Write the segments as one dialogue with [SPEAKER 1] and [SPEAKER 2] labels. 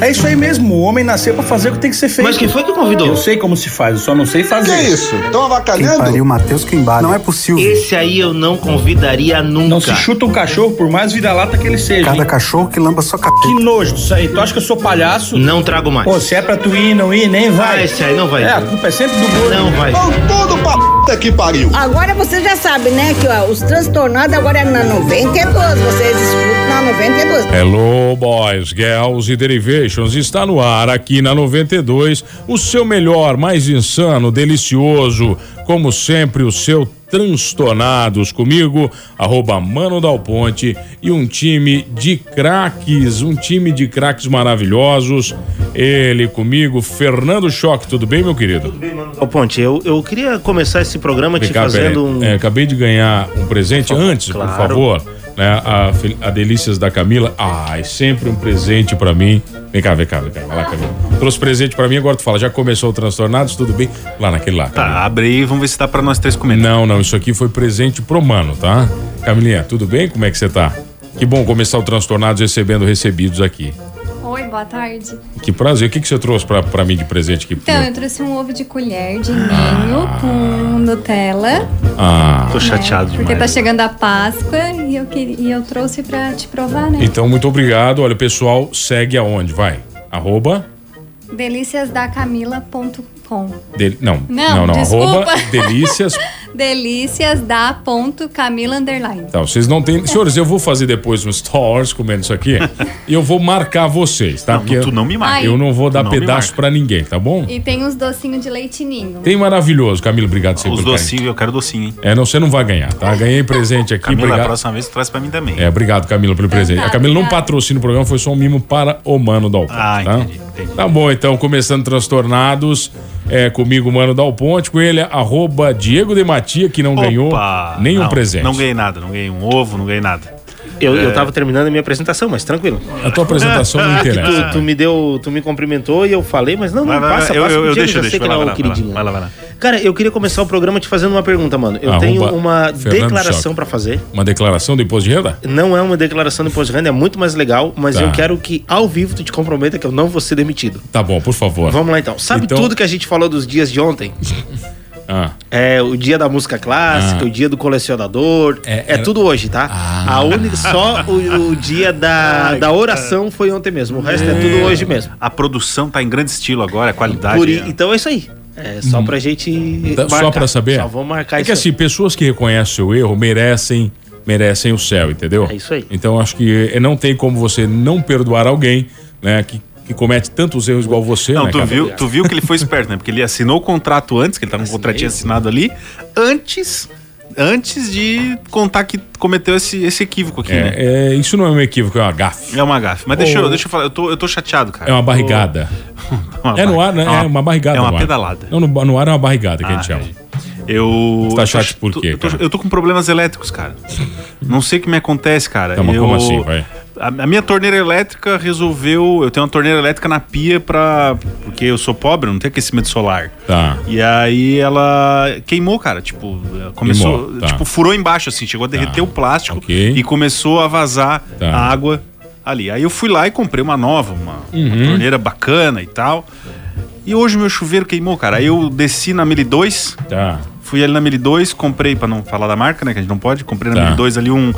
[SPEAKER 1] É isso aí mesmo, o homem nasceu pra fazer o que tem que ser feito.
[SPEAKER 2] Mas quem foi que convidou?
[SPEAKER 1] Eu sei como se faz, eu só não sei fazer.
[SPEAKER 3] Que É isso? Estão
[SPEAKER 4] Quem pariu,
[SPEAKER 3] avacalhando?
[SPEAKER 4] Matheus Quimbara. Não é possível.
[SPEAKER 2] Esse aí eu não convidaria nunca.
[SPEAKER 1] Não se chuta um cachorro, por mais vira-lata que ele seja.
[SPEAKER 4] Cada
[SPEAKER 1] hein?
[SPEAKER 4] cachorro que lamba sua cacete.
[SPEAKER 1] Que nojo disso aí. Tu acha que eu sou palhaço?
[SPEAKER 2] Não trago mais.
[SPEAKER 1] Pô, se é pra tu ir, não ir, nem
[SPEAKER 2] Ah,
[SPEAKER 1] vai.
[SPEAKER 2] esse aí não vai.
[SPEAKER 1] É, a culpa é sempre do gordo.
[SPEAKER 2] Não vai.
[SPEAKER 3] Vão todo pra puta que pariu.
[SPEAKER 5] Agora você já sabe, né, que ó, os transtornados agora é na 92, vocês escutam na 92.
[SPEAKER 6] Hello, boys, girls e derivations. Está no ar aqui na 92, o seu melhor, mais insano, delicioso, como sempre, o seu transtornados comigo, arroba Mano Dal Ponte e um time de craques, um time de craques maravilhosos. Ele comigo, Fernando Choque, tudo bem, meu querido?
[SPEAKER 2] Ô, Ponte, eu, eu queria começar esse programa te
[SPEAKER 6] Ricardo,
[SPEAKER 2] fazendo um.
[SPEAKER 6] peraí. É, acabei de ganhar um presente antes, por
[SPEAKER 2] claro.
[SPEAKER 6] favor. Né, a, fel- a Delícias da Camila. Ai, sempre um presente pra mim. Vem cá, vem cá, vem cá. Vai lá, Camila. Trouxe presente pra mim, agora tu fala. Já começou o Transtornados? Tudo bem? Lá naquele lá. Camila.
[SPEAKER 7] Tá, abre aí, vamos ver se dá pra nós três comer.
[SPEAKER 6] Não, não, isso aqui foi presente pro mano, tá? Camilinha, tudo bem? Como é que você tá? Que bom começar o Transtornados recebendo recebidos aqui.
[SPEAKER 8] Oi, boa tarde.
[SPEAKER 6] Que prazer. O que, que você trouxe pra, pra mim de presente aqui?
[SPEAKER 8] Então, eu trouxe um ovo de colher de ninho com Nutella.
[SPEAKER 6] Ah.
[SPEAKER 2] Tô chateado
[SPEAKER 8] né?
[SPEAKER 2] demais.
[SPEAKER 8] Porque tá chegando a Páscoa e eu, queria- e eu trouxe pra te provar, né?
[SPEAKER 6] Então, muito obrigado. Olha, o pessoal segue aonde? Vai. Arroba.
[SPEAKER 8] Deliciasdacamila.com
[SPEAKER 6] Del- Não, não,
[SPEAKER 8] Não,
[SPEAKER 6] não.
[SPEAKER 8] desculpa.
[SPEAKER 6] Arroba delícias.
[SPEAKER 8] Deliciasda.camila underline.
[SPEAKER 6] Tá, vocês não têm. Senhores, eu vou fazer depois um stories comendo isso aqui. e eu vou marcar vocês, tá?
[SPEAKER 7] Não,
[SPEAKER 6] Porque
[SPEAKER 7] tu não me marca.
[SPEAKER 8] Ai.
[SPEAKER 6] eu não vou dar
[SPEAKER 7] não me
[SPEAKER 6] pedaço
[SPEAKER 7] marca.
[SPEAKER 6] pra ninguém, tá bom?
[SPEAKER 8] E tem uns docinhos de leite ninho.
[SPEAKER 6] Tem maravilhoso, Camilo. Obrigado sempre
[SPEAKER 7] Os
[SPEAKER 6] pelo
[SPEAKER 7] docinhos, eu quero docinho, hein?
[SPEAKER 6] carinho. É, não, você não vai ganhar, tá? Ganhei presente aqui.
[SPEAKER 7] Camila, a
[SPEAKER 6] obrigado.
[SPEAKER 7] próxima vez tu traz pra mim também.
[SPEAKER 6] É, obrigado, Camila, pelo presente.
[SPEAKER 8] tá,
[SPEAKER 6] a Camila não
[SPEAKER 8] obrigada.
[SPEAKER 6] patrocina o programa, foi só um mimo para o Mano Dal Ponte.
[SPEAKER 7] Ah,
[SPEAKER 6] tá?
[SPEAKER 7] entendi, entendi.
[SPEAKER 6] Tá bom, então, começando Transtornados, é, comigo, Mano Dal Ponte, com ele, arroba Diego de Matia, que não
[SPEAKER 7] Opa!
[SPEAKER 6] ganhou nenhum
[SPEAKER 7] Não,
[SPEAKER 6] presente.
[SPEAKER 7] Não ganhei nada, não ganhei um ovo, não ganhei nada.
[SPEAKER 2] Eu,
[SPEAKER 6] É.
[SPEAKER 2] eu tava terminando a minha apresentação, mas tranquilo.
[SPEAKER 6] A tua apresentação não interessa.
[SPEAKER 2] Tu, tu me deu, tu me cumprimentou e eu falei, mas não, não
[SPEAKER 7] Vai, vai,
[SPEAKER 2] passa,
[SPEAKER 7] vai, eu-
[SPEAKER 2] passa
[SPEAKER 7] eu- eu
[SPEAKER 2] pro Diego,
[SPEAKER 7] deixo,
[SPEAKER 2] já
[SPEAKER 7] eu
[SPEAKER 2] sei
[SPEAKER 7] deixo.
[SPEAKER 2] que
[SPEAKER 7] Vai
[SPEAKER 2] ele é
[SPEAKER 7] lá, vai lá,
[SPEAKER 2] o queridinho.
[SPEAKER 7] vai lá, vai lá, vai
[SPEAKER 2] Cara, eu queria começar o programa te fazendo uma pergunta, mano. Eu
[SPEAKER 6] Arroba
[SPEAKER 2] tenho uma
[SPEAKER 6] Fernando
[SPEAKER 2] declaração
[SPEAKER 6] Choque.
[SPEAKER 2] pra fazer.
[SPEAKER 6] Uma declaração do imposto de renda?
[SPEAKER 2] Não é uma declaração do imposto de renda, é muito mais legal, mas
[SPEAKER 6] Tá.
[SPEAKER 2] eu quero que ao vivo tu te comprometa que eu não vou ser demitido.
[SPEAKER 6] Tá bom, por favor.
[SPEAKER 2] Vamos lá então. Sabe
[SPEAKER 6] Então-
[SPEAKER 2] tudo que a gente falou dos dias de ontem?
[SPEAKER 6] Ah,
[SPEAKER 2] É o dia da música clássica,
[SPEAKER 6] Ah.
[SPEAKER 2] o dia do colecionador.
[SPEAKER 6] É,
[SPEAKER 2] É,
[SPEAKER 6] era-
[SPEAKER 2] tudo hoje, tá?
[SPEAKER 6] Ah.
[SPEAKER 2] A única, só o, o dia da, da oração foi ontem mesmo. O resto é tudo hoje mesmo.
[SPEAKER 7] A produção tá em grande estilo agora, a qualidade.
[SPEAKER 2] Por i-
[SPEAKER 7] é-
[SPEAKER 2] então é isso aí. É só pra gente.
[SPEAKER 6] tá- só
[SPEAKER 2] marcar.
[SPEAKER 6] pra saber?
[SPEAKER 2] Só vamos marcar
[SPEAKER 6] é que
[SPEAKER 2] isso.
[SPEAKER 6] assim, pessoas que reconhecem o erro merecem merecem o céu, entendeu?
[SPEAKER 2] É isso aí.
[SPEAKER 6] Então acho que eh, não tem como você não perdoar alguém, né, que, que comete tantos erros igual você,
[SPEAKER 7] Não,
[SPEAKER 6] né,
[SPEAKER 7] tu
[SPEAKER 6] cara?
[SPEAKER 7] viu, tu viu que ele foi esperto, né? Porque ele assinou o contrato antes, que ele tava com um contratinho assinado ali, antes, antes de contar que cometeu esse, esse equívoco aqui, né?
[SPEAKER 6] É, é, isso não é um equívoco, é uma gafe.
[SPEAKER 7] É uma gafe. Mas deixa,
[SPEAKER 6] Ô.
[SPEAKER 7] eu, deixa eu falar, eu tô, eu tô chateado, cara.
[SPEAKER 6] É uma barrigada.
[SPEAKER 7] Uma
[SPEAKER 6] É no
[SPEAKER 7] barri-
[SPEAKER 6] ar, né? É uma, barrigada.
[SPEAKER 7] É uma
[SPEAKER 6] no ar.
[SPEAKER 7] pedalada. Ah, é.
[SPEAKER 6] Não, no, no ar é uma barrigada
[SPEAKER 2] Ah,
[SPEAKER 6] que a gente chama.
[SPEAKER 7] Eu.
[SPEAKER 6] Você tá
[SPEAKER 7] eu tô-
[SPEAKER 6] chateado por quê,
[SPEAKER 7] Eu tô,
[SPEAKER 6] cara?
[SPEAKER 7] eu tô com problemas elétricos, cara. Não sei o que me acontece, cara.
[SPEAKER 6] Tá, mas
[SPEAKER 7] eu,
[SPEAKER 6] como assim, vai?
[SPEAKER 7] A, a minha torneira elétrica resolveu. Eu tenho uma torneira elétrica na pia pra. Porque eu sou pobre, não tenho aquecimento solar.
[SPEAKER 6] Tá.
[SPEAKER 7] E aí ela queimou, cara. Tipo, começou.
[SPEAKER 6] Queimou, tá.
[SPEAKER 7] Tipo, furou embaixo, assim. Chegou a derreter o plástico
[SPEAKER 6] ok.
[SPEAKER 7] e começou a vazar
[SPEAKER 6] Tá.
[SPEAKER 7] a água ali. Aí eu fui lá e comprei uma nova, uma, uma
[SPEAKER 6] Uhum.
[SPEAKER 7] torneira bacana e tal. E hoje meu chuveiro queimou, cara. Aí eu desci na Mili 2,
[SPEAKER 6] Tá.
[SPEAKER 7] fui ali na Mili 2, comprei, pra não falar da marca, né? Que a gente não pode, comprei na
[SPEAKER 6] Tá.
[SPEAKER 7] Mili 2 ali um,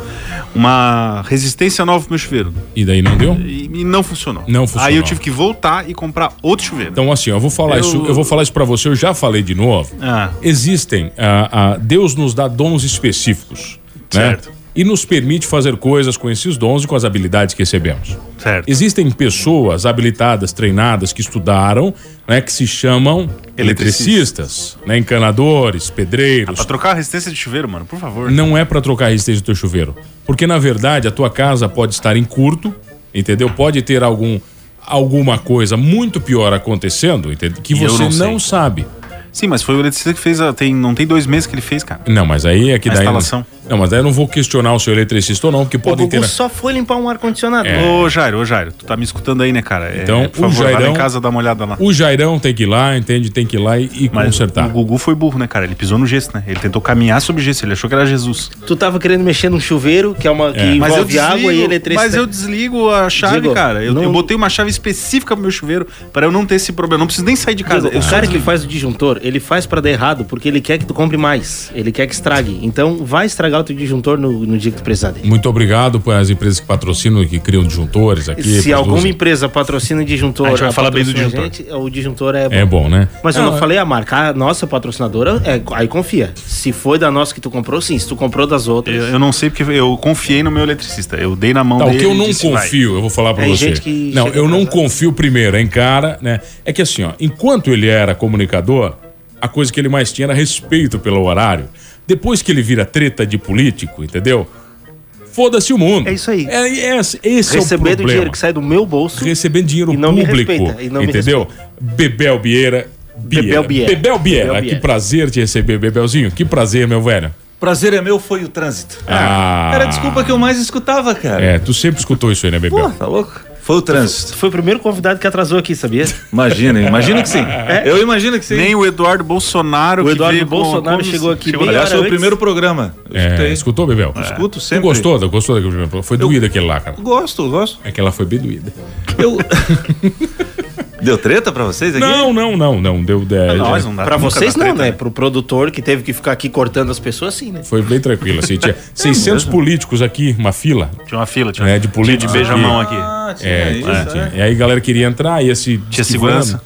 [SPEAKER 7] uma resistência nova pro meu chuveiro.
[SPEAKER 6] E daí não deu?
[SPEAKER 7] E, e não funcionou.
[SPEAKER 6] Não funcionou.
[SPEAKER 7] Aí eu tive que voltar e comprar outro chuveiro.
[SPEAKER 6] Então assim, eu vou falar
[SPEAKER 7] Eu-
[SPEAKER 6] isso, eu vou falar isso para você, eu já falei de novo.
[SPEAKER 7] Ah.
[SPEAKER 6] Existem, ah, ah, Deus nos dá dons específicos, né?
[SPEAKER 7] Certo.
[SPEAKER 6] e nos permite fazer coisas com esses dons e com as habilidades que recebemos.
[SPEAKER 7] Certo.
[SPEAKER 6] Existem pessoas habilitadas, treinadas, que estudaram, né, que se chamam eletricistas, né, encanadores, pedreiros,
[SPEAKER 7] Pra trocar a resistência de chuveiro, mano, por favor. né?
[SPEAKER 6] não é pra trocar a resistência do teu chuveiro. Porque, na verdade, a tua casa pode estar em curto, entendeu? Pode ter algum, alguma coisa muito pior acontecendo, entendeu? Que
[SPEAKER 7] E eu
[SPEAKER 6] você
[SPEAKER 7] não sei.
[SPEAKER 6] não sabe.
[SPEAKER 7] Sim, mas foi o eletricista que fez. a- Tem, não tem dois meses que ele fez, cara.
[SPEAKER 6] Não, mas aí é que
[SPEAKER 7] A
[SPEAKER 6] daí.
[SPEAKER 7] instalação.
[SPEAKER 6] Não, mas daí eu não vou questionar o seu eletricista ou não, porque
[SPEAKER 2] O
[SPEAKER 6] podem ter. né?
[SPEAKER 2] Gugu só foi limpar um ar-condicionado.
[SPEAKER 7] Ô, Jairo, ô, Jairo, tu tá me escutando aí, né, cara? É,
[SPEAKER 6] Então,
[SPEAKER 7] por favor,
[SPEAKER 6] o
[SPEAKER 7] vai lá
[SPEAKER 6] Jairão-
[SPEAKER 7] em casa dá uma olhada lá.
[SPEAKER 6] O Jairão tem que ir lá, entende? Tem que ir lá e, e
[SPEAKER 7] o
[SPEAKER 6] consertar.
[SPEAKER 7] Gugu foi burro, né, cara? Ele pisou no gesso, né? Ele tentou caminhar sobre gesso, ele achou que era Jesus.
[SPEAKER 2] Tu tava querendo mexer num chuveiro, que é uma que envolve água e eletricidade.
[SPEAKER 7] mas eu desligo a chave,
[SPEAKER 2] Diego,
[SPEAKER 7] cara. Eu,
[SPEAKER 2] não-
[SPEAKER 7] eu botei uma chave específica pro meu chuveiro pra eu não ter esse problema. Eu não preciso nem sair de casa.
[SPEAKER 2] Diego,
[SPEAKER 7] eu
[SPEAKER 2] o
[SPEAKER 7] só
[SPEAKER 2] cara que
[SPEAKER 7] desligo.
[SPEAKER 2] faz o disjuntor, ele faz pra dar errado porque ele quer que tu compre mais. Ele quer que estrague. Então vai estragar o teu disjuntor no, no dia que tu precisar dele.
[SPEAKER 6] Muito obrigado para as empresas que patrocinam e que criam disjuntores aqui.
[SPEAKER 2] Se
[SPEAKER 6] produzem.
[SPEAKER 2] alguma empresa patrocina disjuntor,
[SPEAKER 7] A gente vai falar bem do
[SPEAKER 2] patrocina a
[SPEAKER 7] disjuntor.
[SPEAKER 2] gente, o disjuntor é bom.
[SPEAKER 6] É bom, né?
[SPEAKER 2] Mas eu não
[SPEAKER 6] é-
[SPEAKER 2] falei a marca, a nossa patrocinadora, é, aí confia. Se foi da nossa que tu comprou, sim. Se tu comprou das outras.
[SPEAKER 7] Eu, eu não sei porque eu confiei no meu eletricista. Eu dei na mão
[SPEAKER 6] Tá, o
[SPEAKER 7] dele.
[SPEAKER 6] que eu
[SPEAKER 7] e
[SPEAKER 6] não
[SPEAKER 7] disse, vai.
[SPEAKER 6] confio, eu vou falar pra
[SPEAKER 2] Tem
[SPEAKER 6] você.
[SPEAKER 2] gente que
[SPEAKER 6] não,
[SPEAKER 2] chega
[SPEAKER 6] eu não
[SPEAKER 2] atrasado.
[SPEAKER 6] confio primeiro em cara, né? É que assim, ó, enquanto ele era comunicador, a coisa que ele mais tinha era respeito pelo horário. Depois que ele vira treta de político, entendeu? Foda-se o mundo.
[SPEAKER 2] É isso aí.
[SPEAKER 6] É, é- esse é
[SPEAKER 2] Receber
[SPEAKER 6] o
[SPEAKER 2] do
[SPEAKER 6] problema.
[SPEAKER 2] dinheiro que sai do meu bolso.
[SPEAKER 6] Recebendo dinheiro
[SPEAKER 2] E não me
[SPEAKER 6] público,
[SPEAKER 2] respeita, e não me
[SPEAKER 6] entendeu? Bebel Bieira. Bieira.
[SPEAKER 2] Bebel Biera.
[SPEAKER 6] Bebel Biera.
[SPEAKER 2] Bebel
[SPEAKER 6] Que
[SPEAKER 2] Biera.
[SPEAKER 6] prazer te receber, Bebelzinho. Que prazer, meu velho.
[SPEAKER 9] Prazer é meu, foi o trânsito.
[SPEAKER 6] Ah.
[SPEAKER 9] Era a desculpa que eu mais escutava, cara.
[SPEAKER 6] É, tu sempre escutou isso aí, né, Bebel?
[SPEAKER 9] Pô, tá louco? Foi o trânsito.
[SPEAKER 2] Tu foi o primeiro convidado que atrasou aqui, sabia?
[SPEAKER 9] Imagina, imagino que sim. Eu imagino que sim.
[SPEAKER 7] Nem o Eduardo Bolsonaro
[SPEAKER 2] O
[SPEAKER 7] que
[SPEAKER 2] Eduardo
[SPEAKER 7] veio com-
[SPEAKER 2] Bolsonaro
[SPEAKER 7] como-
[SPEAKER 2] chegou aqui
[SPEAKER 7] chegou
[SPEAKER 2] bem
[SPEAKER 7] aliás,
[SPEAKER 9] Aliás, foi é o
[SPEAKER 2] antes.
[SPEAKER 9] primeiro programa. Eu
[SPEAKER 6] É,
[SPEAKER 9] escutei.
[SPEAKER 6] escuto, Bebel?
[SPEAKER 9] Escuto
[SPEAKER 6] Você
[SPEAKER 9] sempre.
[SPEAKER 6] gostou? da- Gostou daquele primeiro programa? Foi doída aquele lá, cara.
[SPEAKER 9] Gosto, gosto.
[SPEAKER 6] É que ela foi bem doída.
[SPEAKER 9] Eu... Deu treta pra vocês aqui?
[SPEAKER 6] Não, não, não, não. Deu, é,
[SPEAKER 7] Pra nós
[SPEAKER 6] é,
[SPEAKER 7] não dá.
[SPEAKER 2] Pra
[SPEAKER 7] nunca
[SPEAKER 2] vocês
[SPEAKER 7] dá
[SPEAKER 2] não,
[SPEAKER 7] treta,
[SPEAKER 2] né? Pro produtor que teve que ficar aqui cortando as pessoas, sim, né?
[SPEAKER 6] Foi bem tranquila. Assim, tinha 600 políticos aqui, uma fila.
[SPEAKER 7] Tinha uma fila, tinha
[SPEAKER 6] É, de político
[SPEAKER 7] Tinha de beijamão aqui.
[SPEAKER 9] Ah, tinha
[SPEAKER 6] É,
[SPEAKER 9] isso,
[SPEAKER 6] tinha, tinha. E aí a galera queria entrar, ia se.
[SPEAKER 7] Tinha
[SPEAKER 6] esquivando.
[SPEAKER 7] segurança?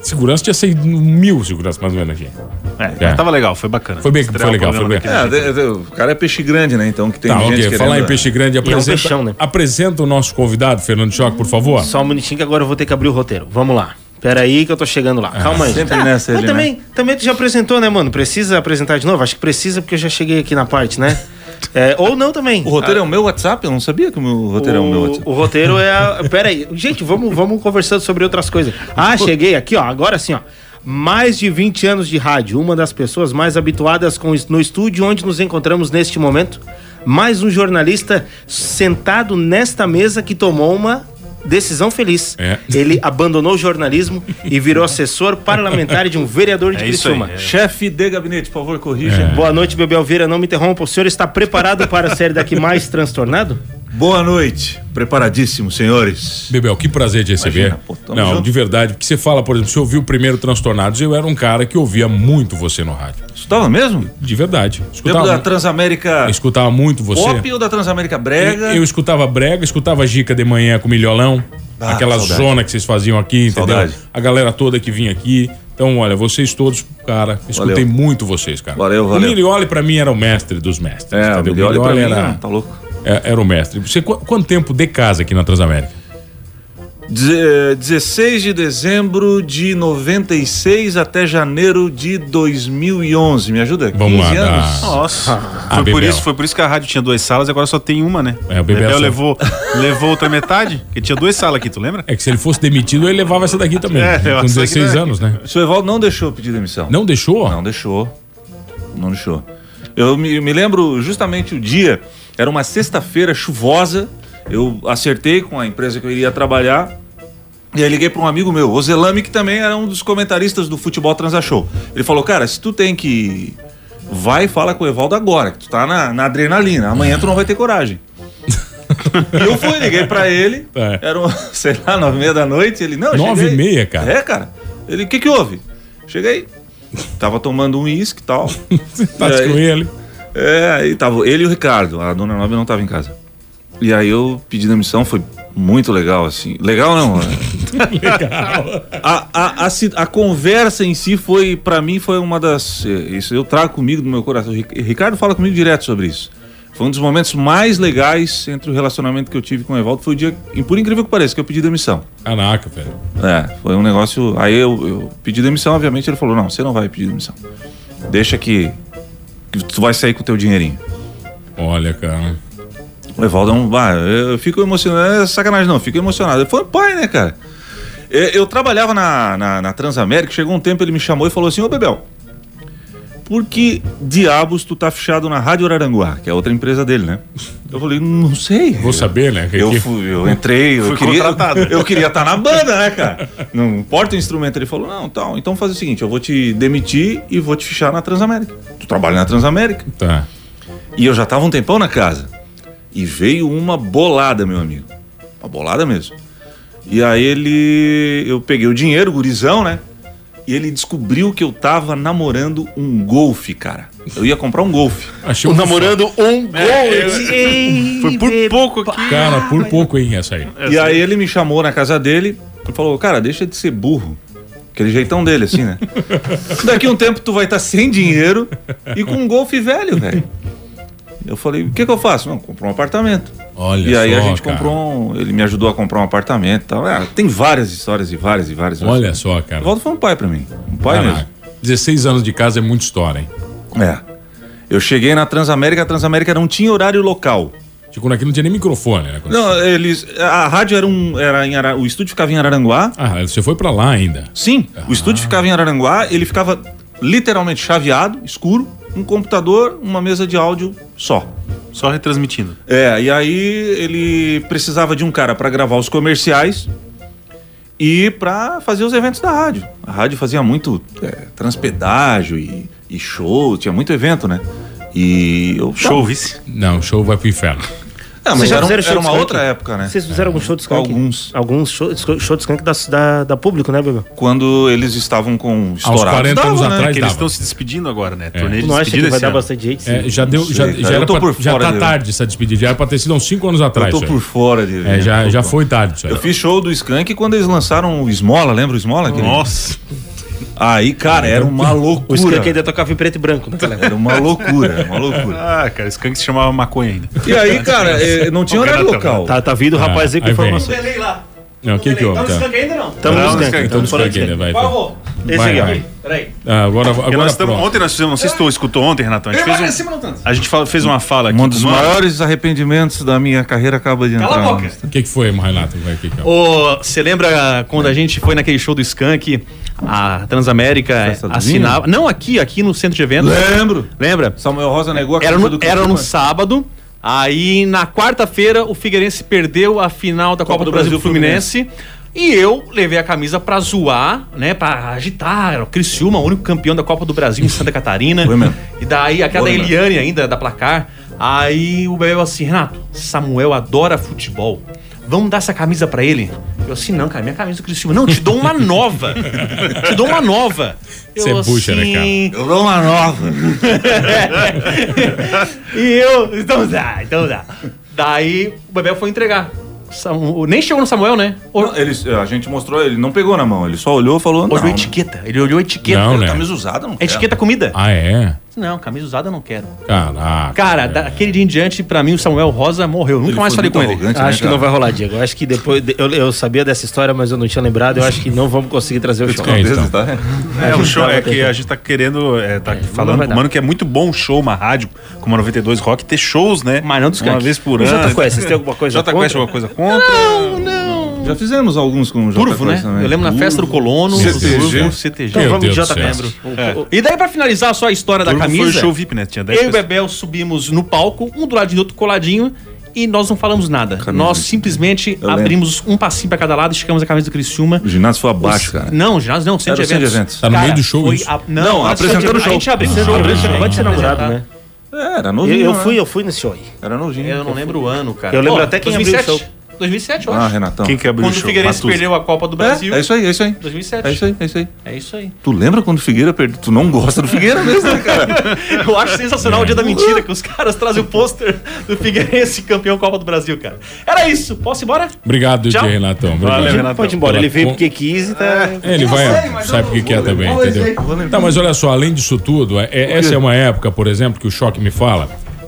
[SPEAKER 6] Segurança tinha seis, mil segurança, mais ou menos aqui.
[SPEAKER 7] É, mas
[SPEAKER 6] É.
[SPEAKER 7] tava legal, foi bacana.
[SPEAKER 6] Foi bem- foi
[SPEAKER 7] Estrear o
[SPEAKER 6] legal,
[SPEAKER 7] programa
[SPEAKER 6] foi bem.
[SPEAKER 7] daquele
[SPEAKER 9] é. É, de- de- o cara é peixe grande, né? Então que tem
[SPEAKER 6] Tá,
[SPEAKER 9] gente
[SPEAKER 6] ok.
[SPEAKER 9] querendo...
[SPEAKER 6] Falar em peixe grande, apresenta,
[SPEAKER 2] peixão, né?
[SPEAKER 6] apresenta o nosso convidado, Fernando Choque, por favor.
[SPEAKER 2] Só um minutinho que agora eu vou ter que abrir o roteiro. Vamos lá. Pera aí que eu tô chegando lá.
[SPEAKER 6] É.
[SPEAKER 2] Calma aí. Tá.
[SPEAKER 9] sempre nessa
[SPEAKER 2] mas
[SPEAKER 9] ele,
[SPEAKER 2] também, também tu já apresentou, né, mano? Precisa apresentar de novo? Acho que precisa porque eu já cheguei aqui na parte, né? É, ou não também.
[SPEAKER 9] O roteiro é o meu WhatsApp? Eu não sabia que o meu roteiro é o meu WhatsApp.
[SPEAKER 2] O roteiro é a... Pera aí. Gente, vamos, vamos conversando sobre outras coisas. Ah,
[SPEAKER 7] Tipo-
[SPEAKER 2] cheguei aqui, ó. Agora sim, ó. Mais de 20 anos de rádio. Uma das pessoas mais habituadas com es- no estúdio onde nos encontramos neste momento. Mais um jornalista sentado nesta mesa que tomou uma decisão feliz.
[SPEAKER 6] É.
[SPEAKER 2] Ele abandonou o jornalismo e virou assessor parlamentar de um vereador de
[SPEAKER 7] É isso aí,
[SPEAKER 2] Criciúma.
[SPEAKER 7] é.
[SPEAKER 9] Chefe de gabinete, por favor, corrija.
[SPEAKER 2] Boa noite, Bebel Alveira. Não me interrompa. O senhor está preparado para ser daqui mais transtornado?
[SPEAKER 9] Boa noite. Preparadíssimo, senhores.
[SPEAKER 6] Bebel, que prazer te receber.
[SPEAKER 9] Imagina, pô, tamo
[SPEAKER 6] não,
[SPEAKER 9] junto.
[SPEAKER 6] de verdade, porque você fala, por exemplo, você ouviu o primeiro Transtornados, eu era um cara que ouvia muito você no rádio.
[SPEAKER 9] Estava É. mesmo?
[SPEAKER 6] De verdade.
[SPEAKER 9] Tempo da
[SPEAKER 6] Escutava,
[SPEAKER 9] Transamérica
[SPEAKER 6] eu escutava muito você.
[SPEAKER 9] Pop ou da Transamérica Brega?
[SPEAKER 6] É. Eu escutava brega, escutava Gica de manhã com o Milholão.
[SPEAKER 9] Ah,
[SPEAKER 6] aquela
[SPEAKER 9] saudade.
[SPEAKER 6] zona que vocês faziam aqui, entendeu?
[SPEAKER 9] Saudade.
[SPEAKER 6] A galera toda que vinha aqui. Então, olha, vocês todos, cara, escutei
[SPEAKER 9] Valeu.
[SPEAKER 6] muito vocês, cara.
[SPEAKER 9] Valeu, valeu.
[SPEAKER 6] O Milioli, pra mim, era o mestre dos mestres.
[SPEAKER 9] É, o
[SPEAKER 6] entendeu?
[SPEAKER 9] Milioli pra mim,
[SPEAKER 6] era,
[SPEAKER 9] não, tá louco.
[SPEAKER 6] é- era o mestre. Você, qu- quanto tempo de casa aqui na Transamérica?
[SPEAKER 9] Deze- 16 de dezembro de 96 até janeiro de 2011. Me ajuda?
[SPEAKER 6] Vamos lá,
[SPEAKER 9] anos?
[SPEAKER 6] dá-
[SPEAKER 7] Nossa.
[SPEAKER 6] Ah,
[SPEAKER 7] foi, por
[SPEAKER 6] Bebel.
[SPEAKER 7] isso, foi por isso que a rádio tinha duas salas e agora só tem uma, né?
[SPEAKER 6] É, o Bebel só-
[SPEAKER 7] levou, levou outra metade, porque tinha duas salas aqui, tu lembra?
[SPEAKER 6] É que se ele fosse demitido, ele levava essa daqui também. né?
[SPEAKER 7] É, eu
[SPEAKER 6] com
[SPEAKER 7] acho que
[SPEAKER 6] 16
[SPEAKER 7] não é.
[SPEAKER 6] anos, né?
[SPEAKER 9] O senhor Evaldo não deixou eu pedir demissão.
[SPEAKER 6] Não deixou?
[SPEAKER 9] Não deixou. Não deixou. Eu me, me lembro justamente o dia, era uma sexta-feira chuvosa. Eu acertei com a empresa que eu iria trabalhar. E aí liguei para um amigo meu, o Zelame, que também era um dos comentaristas do Futebol Transachou. Ele falou, cara, se tu tem que... Vai e fala com o Evaldo agora, que tu tá na, na adrenalina. Amanhã tu não vai ter coragem. e eu fui, liguei pra ele.
[SPEAKER 6] É.
[SPEAKER 9] Era, um, sei lá, nove e meia da noite. Ele, não,
[SPEAKER 6] Nove e
[SPEAKER 9] cheguei."
[SPEAKER 6] meia, cara.
[SPEAKER 9] É, cara. Ele, o que que houve? Cheguei, tava tomando um uísque e tal.
[SPEAKER 6] Tá
[SPEAKER 9] E aí-
[SPEAKER 6] com ele.
[SPEAKER 9] É, aí tava ele e o Ricardo. A dona Nova não tava em casa. E aí eu pedi demissão, foi muito legal, assim. Legal não. legal. A, a, a, si- a conversa em si foi, é, pra mim, foi uma das. eh, Isso eu trago comigo do meu coração. O Ri- Ricardo fala comigo direto sobre isso. Foi um dos momentos mais legais entre o relacionamento que eu tive com o Evaldo. Foi o dia, e por incrível que pareça, que eu pedi demissão.
[SPEAKER 6] Caraca, velho.
[SPEAKER 9] É, foi um negócio. Aí eu, eu pedi demissão, obviamente ele falou: não, você não vai pedir demissão. Deixa que, que tu vai sair com o teu dinheirinho.
[SPEAKER 6] Olha, cara.
[SPEAKER 9] O Evaldo é um. bah, eu fico emocionado. Não é sacanagem, não, eu fico emocionado. Ele foi um pai, né, cara? Eu, eu trabalhava na, na, na Transamérica, chegou um tempo, ele me chamou e falou assim: Ô Bebel, por que diabos tu tá fechado na Rádio Araranguá, que é outra empresa dele, né? Eu falei, não sei.
[SPEAKER 6] Vou saber, né? que-
[SPEAKER 9] Eu,
[SPEAKER 6] que-
[SPEAKER 9] fui- eu entrei, eu
[SPEAKER 6] Fui
[SPEAKER 9] queria,
[SPEAKER 6] contratado.
[SPEAKER 9] eu queria estar na banda, né, cara? Não importa o instrumento. Ele falou, não, então, então faz o seguinte, eu vou te demitir e vou te fechar na Transamérica. Tu trabalha na Transamérica.
[SPEAKER 6] Tá.
[SPEAKER 9] E eu já tava um tempão na casa. E veio uma bolada, meu amigo. Uma bolada mesmo. E aí ele... Eu peguei o dinheiro, o gurizão, né? E ele descobriu que eu tava namorando um golfe, cara. Eu ia comprar um golfe.
[SPEAKER 6] Achei É, um namorando
[SPEAKER 9] um golfe.
[SPEAKER 10] Foi por pouco aqui.
[SPEAKER 6] é, Cara, por pouco, hein, essa aí.
[SPEAKER 9] E aí ele me chamou na casa dele e falou, cara, deixa de ser burro. Aquele jeitão dele, assim, né? Daqui um tempo tu vai estar sem dinheiro e com um golfe velho, velho. Eu falei, o que que eu faço? Não, compro um apartamento.
[SPEAKER 6] Olha
[SPEAKER 9] e aí a
[SPEAKER 6] só,
[SPEAKER 9] gente
[SPEAKER 6] cara.
[SPEAKER 9] comprou um... Ele me ajudou a comprar um apartamento e tal. Ah, tem várias histórias e várias e várias.
[SPEAKER 6] Olha só, cara.
[SPEAKER 9] Volta foi um pai pra mim. Um pai
[SPEAKER 6] Caraca.
[SPEAKER 9] mesmo.
[SPEAKER 6] 16 anos de casa é muita história, hein?
[SPEAKER 9] É. Eu cheguei na Transamérica, a Transamérica não tinha horário local.
[SPEAKER 6] Tipo, quando aqui não tinha nem microfone, né? Quando-
[SPEAKER 9] Não, eles. A rádio era um. Era em Ara, o estúdio ficava em Araranguá.
[SPEAKER 6] Ah, você foi pra lá ainda.
[SPEAKER 9] Sim, o estúdio ficava em Araranguá, ele ficava literalmente chaveado, escuro, um computador, uma mesa de áudio só.
[SPEAKER 10] Só retransmitindo.
[SPEAKER 9] É, e aí ele precisava de um cara pra gravar os comerciais e pra fazer os eventos da rádio. A rádio fazia muito é, transpedágio e, e show, tinha muito evento, né? E eu
[SPEAKER 10] Show, vice.
[SPEAKER 6] Não, o show vai pro inferno.
[SPEAKER 9] Ah, mas
[SPEAKER 11] Vocês já
[SPEAKER 9] era, um-
[SPEAKER 11] fizeram show
[SPEAKER 9] era
[SPEAKER 11] de
[SPEAKER 9] uma
[SPEAKER 11] skunk?
[SPEAKER 9] outra época, né?
[SPEAKER 11] Vocês fizeram algum show de skunk?
[SPEAKER 9] Alguns.
[SPEAKER 11] Alguns show, show de skunk da, da, da público, né, Bebel?
[SPEAKER 9] Quando eles estavam com estourados.
[SPEAKER 6] 40
[SPEAKER 9] dava,
[SPEAKER 6] anos
[SPEAKER 9] né?
[SPEAKER 6] atrás.
[SPEAKER 10] Porque eles
[SPEAKER 6] dava.
[SPEAKER 10] estão se despedindo agora, né? Torneio
[SPEAKER 11] Tu
[SPEAKER 10] de
[SPEAKER 11] não acha
[SPEAKER 10] despedida
[SPEAKER 11] que vai
[SPEAKER 10] esse
[SPEAKER 11] dar
[SPEAKER 10] ano.
[SPEAKER 11] bastante gente?
[SPEAKER 6] É, já deu,
[SPEAKER 9] sei,
[SPEAKER 6] já,
[SPEAKER 9] cara.
[SPEAKER 6] já
[SPEAKER 9] Eu
[SPEAKER 6] era
[SPEAKER 9] tô
[SPEAKER 6] pra-
[SPEAKER 9] por
[SPEAKER 6] já
[SPEAKER 9] fora
[SPEAKER 6] tá
[SPEAKER 9] dele.
[SPEAKER 6] tarde essa despedida. Já era pra ter sido há uns 5 anos
[SPEAKER 9] Eu
[SPEAKER 6] atrás.
[SPEAKER 9] tô
[SPEAKER 6] isso aí.
[SPEAKER 9] por fora dele.
[SPEAKER 6] É,
[SPEAKER 9] né?
[SPEAKER 6] já,
[SPEAKER 9] Tô
[SPEAKER 6] já
[SPEAKER 9] por-
[SPEAKER 6] foi tarde isso aí.
[SPEAKER 9] Eu fiz show do Skank quando eles lançaram o Esmola, lembra o Esmola? aquele?
[SPEAKER 10] Nossa.
[SPEAKER 9] Aí, cara, era uma
[SPEAKER 11] O
[SPEAKER 9] loucura.
[SPEAKER 11] skunk ainda tocava em preto e branco naquela época.
[SPEAKER 9] Era uma loucura, uma loucura.
[SPEAKER 10] Ah, cara, esse Skank se chamava maconha ainda.
[SPEAKER 9] E aí, cara, eh, não tinha horário local.
[SPEAKER 11] Tá, tá vindo o
[SPEAKER 6] Ah,
[SPEAKER 11] rapaz aí com
[SPEAKER 6] aí vem.
[SPEAKER 11] informação.
[SPEAKER 6] Não, o que que houve? Tá?
[SPEAKER 11] ainda não? Tamo no
[SPEAKER 10] Não, no
[SPEAKER 11] skunk.
[SPEAKER 10] skunk,
[SPEAKER 6] Então
[SPEAKER 11] tamo
[SPEAKER 6] desculpa
[SPEAKER 11] falando
[SPEAKER 6] aqui,
[SPEAKER 11] de
[SPEAKER 6] né? Vai.
[SPEAKER 11] skunk.
[SPEAKER 6] vai.
[SPEAKER 11] Esse
[SPEAKER 6] Vai,
[SPEAKER 11] aqui,
[SPEAKER 6] vai.
[SPEAKER 11] ó. Peraí.
[SPEAKER 6] Ah, Agora,
[SPEAKER 10] Porque
[SPEAKER 6] agora
[SPEAKER 10] nós tamo-
[SPEAKER 6] pronto.
[SPEAKER 10] ontem nós fizemos, não sei se tu escutou ontem, Renato. A gente, fez um, a gente fala- fez uma fala aqui.
[SPEAKER 9] Um
[SPEAKER 10] com
[SPEAKER 9] dos
[SPEAKER 10] o Mano.
[SPEAKER 9] maiores arrependimentos da minha carreira acaba de entrar.
[SPEAKER 2] Cala a boca.
[SPEAKER 6] O que que foi, Renato? Vai, que que é?
[SPEAKER 2] Ô, Você lembra quando a gente foi naquele show do Skank, a Transamérica
[SPEAKER 9] Festa do
[SPEAKER 2] assinava. Não, aqui, aqui no centro de eventos.
[SPEAKER 9] Lembro.
[SPEAKER 2] Lembra?
[SPEAKER 9] Samuel Rosa negou a
[SPEAKER 2] Era
[SPEAKER 9] camisa
[SPEAKER 2] no,
[SPEAKER 9] do
[SPEAKER 2] era no
[SPEAKER 9] Criciúma.
[SPEAKER 2] sábado. Aí na quarta-feira o Figueirense perdeu a final da Copa, do Brasil, pro Fluminense. E eu levei a camisa pra zoar, né? Pra agitar. Era o Criciúma, o único campeão da Copa do Brasil em Santa Catarina.
[SPEAKER 9] Foi mesmo.
[SPEAKER 2] E daí aquela
[SPEAKER 9] Boa lembrança.
[SPEAKER 2] Eliane ainda da placar. Aí o Bebel assim, Renato, Samuel adora futebol. Vamos dar essa camisa pra ele? Eu assim, não, cara, minha camisa do Criciúma. Não, te dou uma nova. te dou uma nova.
[SPEAKER 6] Você
[SPEAKER 2] Eu
[SPEAKER 6] é bucha, né, cara?
[SPEAKER 2] assim,
[SPEAKER 9] Eu dou uma nova.
[SPEAKER 2] e eu, então dá, então dá. Daí o Bebel foi entregar. Samu- nem chegou no Samuel, né? Ou-
[SPEAKER 9] Não, eles- a gente mostrou, ele não pegou na mão, ele só olhou e falou. Não,
[SPEAKER 2] olhou a etiqueta. Ele olhou a etiqueta.
[SPEAKER 6] Não, né?
[SPEAKER 9] Camisa usada, não
[SPEAKER 2] É
[SPEAKER 9] quero.
[SPEAKER 2] Etiqueta comida?
[SPEAKER 6] Ah, é?
[SPEAKER 2] Não, camisa usada eu não quero.
[SPEAKER 6] Caraca.
[SPEAKER 2] Cara,
[SPEAKER 6] é.
[SPEAKER 2] daquele dia em diante, pra mim, o Samuel Rosa morreu. Nunca
[SPEAKER 9] Ele
[SPEAKER 2] mais
[SPEAKER 9] foi
[SPEAKER 2] falei
[SPEAKER 9] muito
[SPEAKER 2] com ele.
[SPEAKER 9] arrogante, né,
[SPEAKER 11] Acho que
[SPEAKER 9] cara?
[SPEAKER 11] não vai rolar, Diego. Acho que depois. Eu, eu sabia dessa história, mas eu não tinha lembrado. Eu acho que não vamos conseguir trazer o show.
[SPEAKER 6] É, então.
[SPEAKER 9] Beleza, tá?
[SPEAKER 10] É, o show é que a gente tá querendo, é, tá falando pro mano que é muito bom um show, uma rádio, como a 92 Rock, ter shows, né?
[SPEAKER 2] Mas não dos
[SPEAKER 10] Uma
[SPEAKER 2] caras.
[SPEAKER 10] vez por
[SPEAKER 11] O
[SPEAKER 10] ano. né?
[SPEAKER 11] Jota Quest, vocês têm alguma coisa
[SPEAKER 10] Jota
[SPEAKER 11] contra?
[SPEAKER 10] Quest, alguma coisa contra? Não,
[SPEAKER 9] Já fizemos alguns com o Jota
[SPEAKER 2] Turvo, né?
[SPEAKER 9] Quest também.
[SPEAKER 2] Eu lembro na festa do Colono.
[SPEAKER 9] CTG.
[SPEAKER 2] do Turvo, CTG.
[SPEAKER 6] Meu
[SPEAKER 11] Então vamos de
[SPEAKER 6] Deus
[SPEAKER 11] Jota
[SPEAKER 6] do céu.
[SPEAKER 11] Quest. O- o-
[SPEAKER 2] E daí, pra finalizar só a história da
[SPEAKER 10] Foi o
[SPEAKER 2] camisa,
[SPEAKER 10] show VIP, né? Tinha 10
[SPEAKER 2] eu e o
[SPEAKER 10] pessoas.
[SPEAKER 2] Bebel subimos no palco, um do lado do outro coladinho, e nós não falamos nada. nós simplesmente
[SPEAKER 9] Eu lembro.
[SPEAKER 2] abrimos um passinho pra cada lado, esticamos a camisa do Criciúma.
[SPEAKER 9] O ginásio foi abaixo, cara.
[SPEAKER 2] Não, ginásio não, centro
[SPEAKER 9] Era o
[SPEAKER 2] de
[SPEAKER 9] centro
[SPEAKER 2] eventos.
[SPEAKER 9] de eventos.
[SPEAKER 6] Tá no meio do show
[SPEAKER 2] foi
[SPEAKER 6] isso?
[SPEAKER 2] a- Não,
[SPEAKER 9] apresentando o show.
[SPEAKER 2] A gente abriu.
[SPEAKER 6] Ah,
[SPEAKER 2] abriu-
[SPEAKER 6] gente.
[SPEAKER 11] Pode ser namorado,
[SPEAKER 2] apresentar.
[SPEAKER 11] né?
[SPEAKER 9] É, era
[SPEAKER 11] Eu,
[SPEAKER 9] novinho.
[SPEAKER 11] eu
[SPEAKER 9] né?
[SPEAKER 11] fui, eu fui nesse show aí.
[SPEAKER 9] Era novinho.
[SPEAKER 2] Eu não lembro o ano, cara.
[SPEAKER 11] Eu lembro até quem abriu o
[SPEAKER 2] 2007.
[SPEAKER 11] show.
[SPEAKER 2] 2007, eu
[SPEAKER 9] Ah,
[SPEAKER 2] acho.
[SPEAKER 9] Renatão.
[SPEAKER 10] Quem que abriu
[SPEAKER 2] Quando
[SPEAKER 10] o
[SPEAKER 2] o
[SPEAKER 10] show?
[SPEAKER 2] Figueirense
[SPEAKER 10] Matuza.
[SPEAKER 2] perdeu a Copa do Brasil.
[SPEAKER 9] É, é isso aí, é isso aí.
[SPEAKER 2] 2007.
[SPEAKER 9] É isso aí, é isso aí.
[SPEAKER 2] É isso aí.
[SPEAKER 9] Tu lembra quando o Figueira perdeu? Tu não gosta do Figueira mesmo, né, cara? Uh!
[SPEAKER 2] Eu acho sensacional o dia da mentira que os caras trazem o pôster do Figueirense campeão Copa do Brasil, cara. Era isso. Posso ir embora?
[SPEAKER 6] Obrigado, DJ
[SPEAKER 2] Tchau.
[SPEAKER 6] Renatão. Obrigado.
[SPEAKER 10] Valeu, Renato.
[SPEAKER 11] Pode ir embora.
[SPEAKER 6] Pela
[SPEAKER 11] Ele veio
[SPEAKER 6] con-
[SPEAKER 11] porque quis e tá.
[SPEAKER 6] É, ele vai, sabe o que que é também, entendeu? Tá, mas olha só, além disso tudo, é- é- essa é uma época, por exemplo, que o Choque me fala,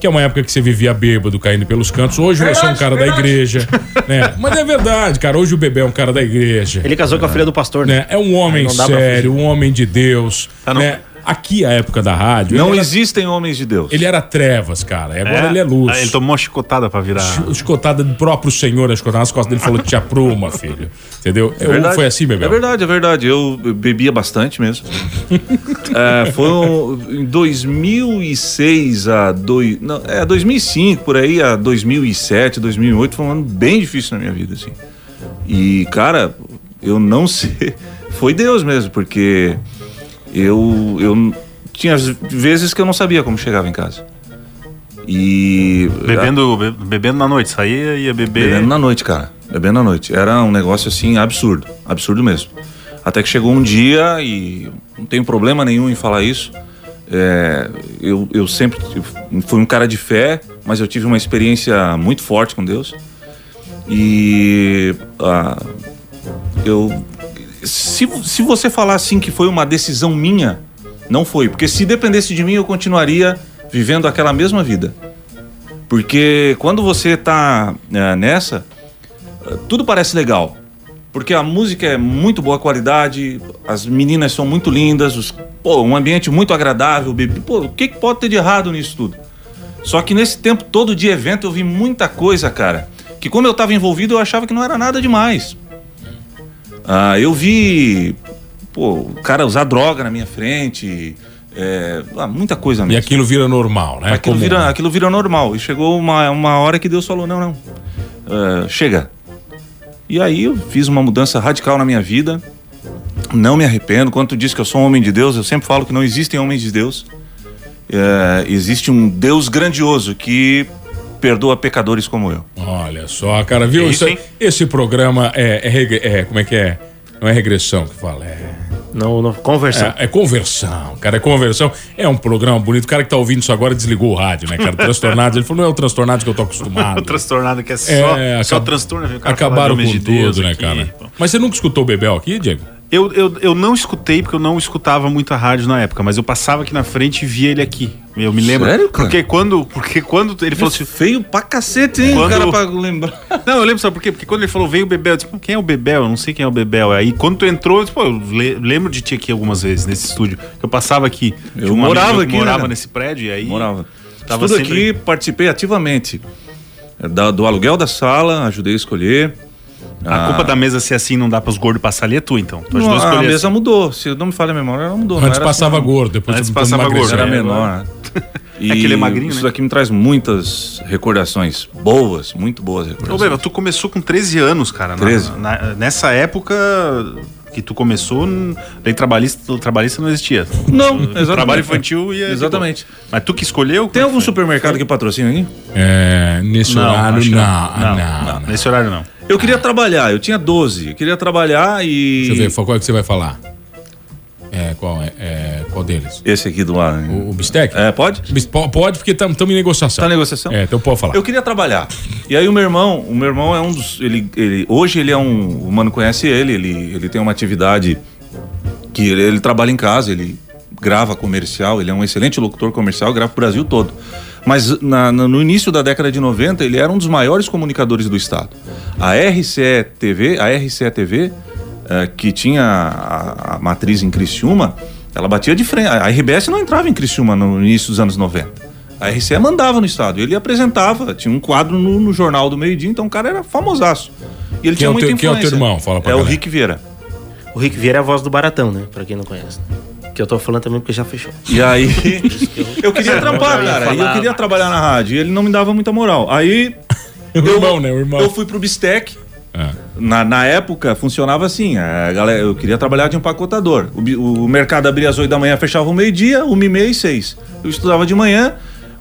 [SPEAKER 6] que é uma época que você vivia bêbado, caindo pelos cantos. Hoje você é um
[SPEAKER 2] Verdade,
[SPEAKER 6] cara da
[SPEAKER 2] verdade.
[SPEAKER 6] igreja. né? Mas é verdade, cara. Hoje o bebê é um cara da igreja.
[SPEAKER 2] Ele casou com a filha do pastor, né?
[SPEAKER 6] É um homem
[SPEAKER 2] Aí não dá pra
[SPEAKER 6] sério, um homem de Deus. né? Aqui, a época da rádio.
[SPEAKER 9] Não
[SPEAKER 6] ele era-
[SPEAKER 9] existem homens de Deus.
[SPEAKER 6] Ele era trevas, cara. E agora
[SPEAKER 9] É?
[SPEAKER 6] ele é luz.
[SPEAKER 9] Ah, ele
[SPEAKER 6] tomou uma chicotada pra virar. Chicotada do próprio senhor, a chicotada nas costas dele falou que te apruma, filho. Entendeu? Eu-
[SPEAKER 9] verdade.
[SPEAKER 6] foi assim, bebê.
[SPEAKER 9] É verdade, é verdade. Eu bebia bastante mesmo. é, foi um- em 2006 a dois, não, é, 2005, por aí, a 2007, 2008. Foi um ano bem difícil na minha vida, assim. E, cara, eu não sei. Foi Deus mesmo, porque eu, eu tinha vezes que eu não sabia como chegava em casa. E.
[SPEAKER 7] Bebendo, be- bebendo na noite, saía ia beber.
[SPEAKER 9] Bebendo na noite, cara. Bebendo na noite. Era um negócio assim absurdo. Absurdo mesmo. Até que chegou um dia e não tenho problema nenhum em falar isso. É, eu, eu sempre tive- fui um cara de fé, mas eu tive uma experiência muito forte com Deus. E ah, eu. Se, se você falar assim que foi uma decisão minha, não foi. Porque se dependesse de mim, eu continuaria vivendo aquela mesma vida. Porque quando você tá é, nessa, é, tudo parece legal. Porque a música é muito boa qualidade, as meninas são muito lindas, os- pô, um ambiente muito agradável, bebê. Pô, o que, que pode ter de errado nisso tudo? Só que nesse tempo todo de evento eu vi muita coisa, cara. Que como eu tava envolvido, eu achava que não era nada demais. Ah, eu vi, pô, o cara usar droga na minha frente, é, ah, muita coisa mesmo.
[SPEAKER 6] E aquilo vira normal, né?
[SPEAKER 9] Aquilo,
[SPEAKER 6] Comum.
[SPEAKER 9] vira, Ah, aquilo vira normal. E chegou uma, uma hora que Deus falou: não, não. Ah, chega. E aí eu fiz uma mudança radical na minha vida. Não me arrependo. Quando tu diz que eu sou um homem de Deus, eu sempre falo que não existem homens de Deus. É, existe um Deus grandioso que perdoa pecadores como eu.
[SPEAKER 6] Olha só, cara,
[SPEAKER 9] É
[SPEAKER 6] viu? Isso,
[SPEAKER 9] isso,
[SPEAKER 6] aí- esse programa é, é regre- é- Como é que é? Não é regressão que fala, é.
[SPEAKER 2] Não, não, conversão.
[SPEAKER 6] É, é conversão, cara, é conversão. É um programa bonito. O cara que tá ouvindo isso agora desligou o rádio, né, cara? Transtornados. Ele falou, não é o transtornado que eu tô acostumado.
[SPEAKER 7] O transtornado que é só,
[SPEAKER 6] É,
[SPEAKER 7] só
[SPEAKER 6] acab-
[SPEAKER 7] transtorno.
[SPEAKER 2] né?
[SPEAKER 7] viu? O cara
[SPEAKER 6] Acabaram
[SPEAKER 7] fala de
[SPEAKER 6] com
[SPEAKER 7] homens de
[SPEAKER 6] tudo,
[SPEAKER 7] Deus
[SPEAKER 6] né,
[SPEAKER 7] aqui.
[SPEAKER 6] cara? Mas você nunca escutou o Bebel aqui, Diego?
[SPEAKER 7] Eu, eu, eu não escutei, porque eu não escutava muito a rádio na época, mas eu passava aqui na frente e via ele aqui. Eu me lembro.
[SPEAKER 9] Sério, cara?
[SPEAKER 7] Porque quando, porque quando ele falou assim.
[SPEAKER 9] Feio pra cacete, hein? O cara pra lembrar.
[SPEAKER 7] Não, eu lembro, sabe por quê? Porque quando ele falou veio o Bebel, eu disse, "Pô, quem é o Bebel? Eu não sei quem é o Bebel. Aí quando tu entrou, eu disse, pô, eu le- lembro de ti aqui algumas vezes nesse estúdio. Eu passava aqui. Tinha
[SPEAKER 9] Eu
[SPEAKER 7] um amigo
[SPEAKER 9] morava
[SPEAKER 7] meu que
[SPEAKER 9] aqui, né,
[SPEAKER 7] Morava
[SPEAKER 9] cara?
[SPEAKER 7] nesse prédio e aí.
[SPEAKER 9] Morava.
[SPEAKER 7] Tava
[SPEAKER 9] Estudo
[SPEAKER 7] sempre-
[SPEAKER 9] aqui, participei ativamente é, da- do aluguel da sala, ajudei a escolher.
[SPEAKER 7] A culpa da mesa ser assim não dá pros gordos passar ali é tu, então. Tu ajudou
[SPEAKER 9] Ah. Não, a
[SPEAKER 7] escolher
[SPEAKER 9] mesa mudou. Se não me falha a memória, ela mudou.
[SPEAKER 7] Antes
[SPEAKER 9] não era
[SPEAKER 7] passava
[SPEAKER 9] não.
[SPEAKER 7] gordo, depois Antes passava emagreceu. gordo.
[SPEAKER 9] Era
[SPEAKER 7] É,
[SPEAKER 9] menor. né?
[SPEAKER 7] agora-
[SPEAKER 9] E
[SPEAKER 7] É que ele é magrinho,
[SPEAKER 9] Isso
[SPEAKER 7] né?
[SPEAKER 9] daqui me traz muitas recordações. Boas, muito boas recordações.
[SPEAKER 7] Ô, Beba, tu começou com 13 anos, cara. na-
[SPEAKER 9] 13.
[SPEAKER 7] na- nessa época que tu começou, n- lei trabalhista, trabalhista não existia.
[SPEAKER 9] Não,
[SPEAKER 7] O
[SPEAKER 9] exatamente.
[SPEAKER 7] Trabalho infantil e... é
[SPEAKER 9] Exatamente.
[SPEAKER 7] Mas tu que escolheu?
[SPEAKER 9] Tem algum supermercado que patrocina aqui?
[SPEAKER 6] É, nesse horário,
[SPEAKER 9] acho que
[SPEAKER 6] não, ah, não, não.
[SPEAKER 7] Nesse horário, não.
[SPEAKER 9] Eu queria trabalhar, eu tinha 12. Eu queria trabalhar e...
[SPEAKER 6] Deixa eu ver, qual é que você vai falar? É, qual é? é, qual deles?
[SPEAKER 9] Esse aqui do lado. O,
[SPEAKER 6] o Bistec?
[SPEAKER 9] É, pode?
[SPEAKER 6] Pode, porque estamos em negociação. Tá
[SPEAKER 9] em negociação?
[SPEAKER 6] É, então pode falar.
[SPEAKER 9] Eu queria trabalhar. E aí o meu irmão, o meu irmão é um dos. Ele, ele, hoje ele é um. O mano conhece ele, ele, ele tem uma atividade que ele, ele trabalha em casa, ele grava comercial, ele é um excelente locutor comercial, grava pro Brasil todo. Mas na- na- no início da década de 90, ele era um dos maiores comunicadores do estado. A RCE TV, a RCE TV, eh, que tinha a, a matriz em Criciúma, ela batia de frente. A a RBS não entrava em Criciúma no início dos anos 90. A RCE mandava no estado. Ele apresentava, tinha um quadro no, no Jornal do Meio Dia, então o cara era famosaço. E ele
[SPEAKER 6] Quem
[SPEAKER 9] tinha
[SPEAKER 6] é o
[SPEAKER 9] muita
[SPEAKER 6] teu- quem é o teu
[SPEAKER 9] influência.
[SPEAKER 6] irmão? Fala pra
[SPEAKER 9] É o
[SPEAKER 6] galera.
[SPEAKER 9] Rick Vieira.
[SPEAKER 2] O Rick Vieira é a voz do Baratão, né? Pra quem não conhece. Que eu tô falando também porque já fechou.
[SPEAKER 9] E aí, eu queria trampar, cara. E eu queria trabalhar na rádio. E ele não me dava muita moral. Aí. eu, eu fui pro Bistec. Na, na época funcionava assim, a galera, eu queria trabalhar de empacotador. O, bi- o mercado abria às 8 da manhã, fechava o meio-dia, uma e meia e seis. Eu estudava de manhã,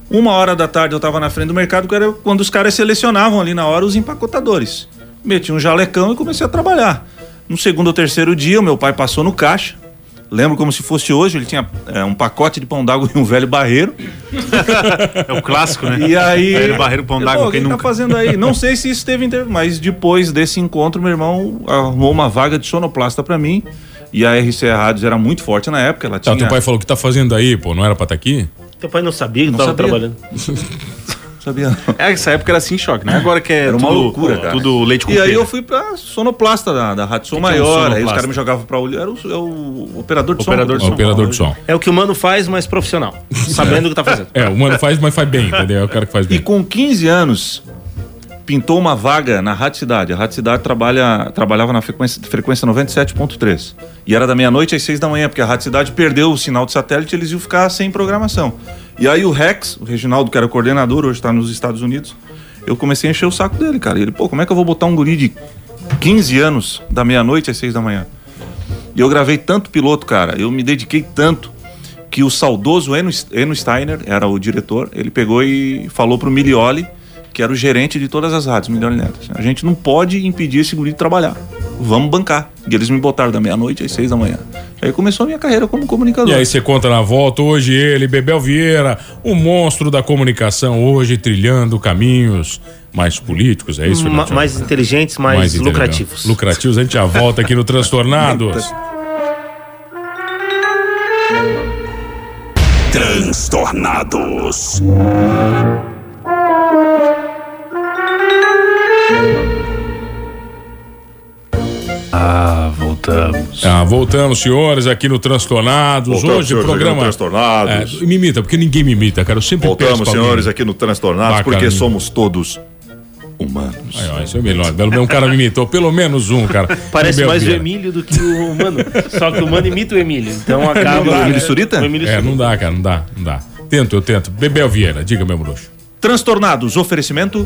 [SPEAKER 9] uma hora da tarde eu estava na frente do mercado, que era quando os caras selecionavam ali na hora os empacotadores. Meti um jalecão e comecei a trabalhar. No segundo ou terceiro dia, o meu pai passou no caixa. Lembro como se fosse hoje, ele tinha é, um pacote de pão d'água e um velho barreiro.
[SPEAKER 7] É o clássico, né?
[SPEAKER 9] E aí.
[SPEAKER 7] Velho barreiro, pão d'água,
[SPEAKER 9] Pô,
[SPEAKER 7] quem
[SPEAKER 9] quem tá
[SPEAKER 7] nunca?
[SPEAKER 9] fazendo aí? Não sei se isso teve inter... Mas depois desse encontro, meu irmão arrumou uma vaga de sonoplasta pra mim. E a RCA Rádios era muito forte na época. Ela
[SPEAKER 6] Tá,
[SPEAKER 9] tinha.
[SPEAKER 6] teu pai falou o que tá fazendo aí, pô, não era pra estar aqui?
[SPEAKER 2] Teu pai não sabia que
[SPEAKER 7] Não
[SPEAKER 2] tava
[SPEAKER 7] sabia.
[SPEAKER 2] trabalhando.
[SPEAKER 9] Sabia.
[SPEAKER 7] É, essa época era assim choque, né? Agora que é
[SPEAKER 9] Era uma
[SPEAKER 7] tudo-
[SPEAKER 9] loucura, cara.
[SPEAKER 7] Tudo leite com
[SPEAKER 9] E aí
[SPEAKER 7] pera.
[SPEAKER 9] eu fui pra sonoplasta da, da Rádio Som
[SPEAKER 7] Que que é um
[SPEAKER 9] Maior. aí os
[SPEAKER 7] sonoplasta?
[SPEAKER 9] caras me jogavam pra olho. Era o, é o operador de som.
[SPEAKER 6] Operador de som. Operador de som.
[SPEAKER 2] É o que o mano faz, mas profissional. Sabendo o que tá fazendo.
[SPEAKER 6] É, o mano faz, mas faz bem, entendeu? É o cara que faz
[SPEAKER 9] E
[SPEAKER 6] bem.
[SPEAKER 9] com 15 anos, pintou uma vaga na Rádio Cidade. A Rádio Cidade trabalha, trabalhava na frequência, frequência 97.3. E era da meia-noite às seis da manhã, porque a Rádio Cidade perdeu o sinal de satélite e eles iam ficar sem programação. E aí o Rex, o Reginaldo, que era o coordenador, hoje está nos Estados Unidos, eu comecei a encher o saco dele, cara. E ele, pô, como é que eu vou botar um guri de 15 anos da meia-noite às seis da manhã? E eu gravei tanto piloto, cara. Eu me dediquei tanto que o saudoso Eno, Eno Steiner, era o diretor, ele pegou e falou pro Milioli, que era o gerente de todas as rádios, Milioli Neto. assim, A gente não pode impedir esse guri de trabalhar. Vamos bancar. E eles me botaram da meia-noite às seis da manhã. Aí começou a minha carreira como comunicador.
[SPEAKER 6] E aí você conta na volta, hoje ele, Bebel Vieira, o monstro da comunicação hoje, trilhando caminhos mais políticos, é isso?
[SPEAKER 2] Ma-
[SPEAKER 6] Renatinho?
[SPEAKER 2] mais inteligentes, mais
[SPEAKER 6] inteligentes.
[SPEAKER 2] lucrativos.
[SPEAKER 6] Lucrativos, a gente já volta aqui no Transtornados.
[SPEAKER 12] Transtornados.
[SPEAKER 6] Ah, voltamos. Ah, voltamos, senhores, aqui no Transtornados.
[SPEAKER 13] Voltamos,
[SPEAKER 6] Hoje o
[SPEAKER 13] senhores, aqui
[SPEAKER 6] programa.
[SPEAKER 13] no Transtornados.
[SPEAKER 6] É, me imita, porque ninguém me imita, cara. Eu sempre
[SPEAKER 13] Voltamos, senhores, aqui no Transtornados, porque
[SPEAKER 6] somos
[SPEAKER 13] somos todos humanos.
[SPEAKER 6] Aí, ó, isso é melhor. Pelo menos um cara me imitou. Pelo menos um, cara.
[SPEAKER 2] Parece
[SPEAKER 6] Bebel
[SPEAKER 2] mais o
[SPEAKER 6] Vieira.
[SPEAKER 2] Emílio do que o Mano. Só que o Mano imita o Emílio. Então acaba. O Emílio
[SPEAKER 6] É,
[SPEAKER 2] Surita.
[SPEAKER 6] não dá, cara, não dá, não dá. Tento, eu tento. Bebel Vieira, diga, meu bruxo.
[SPEAKER 9] Transtornados, oferecimento.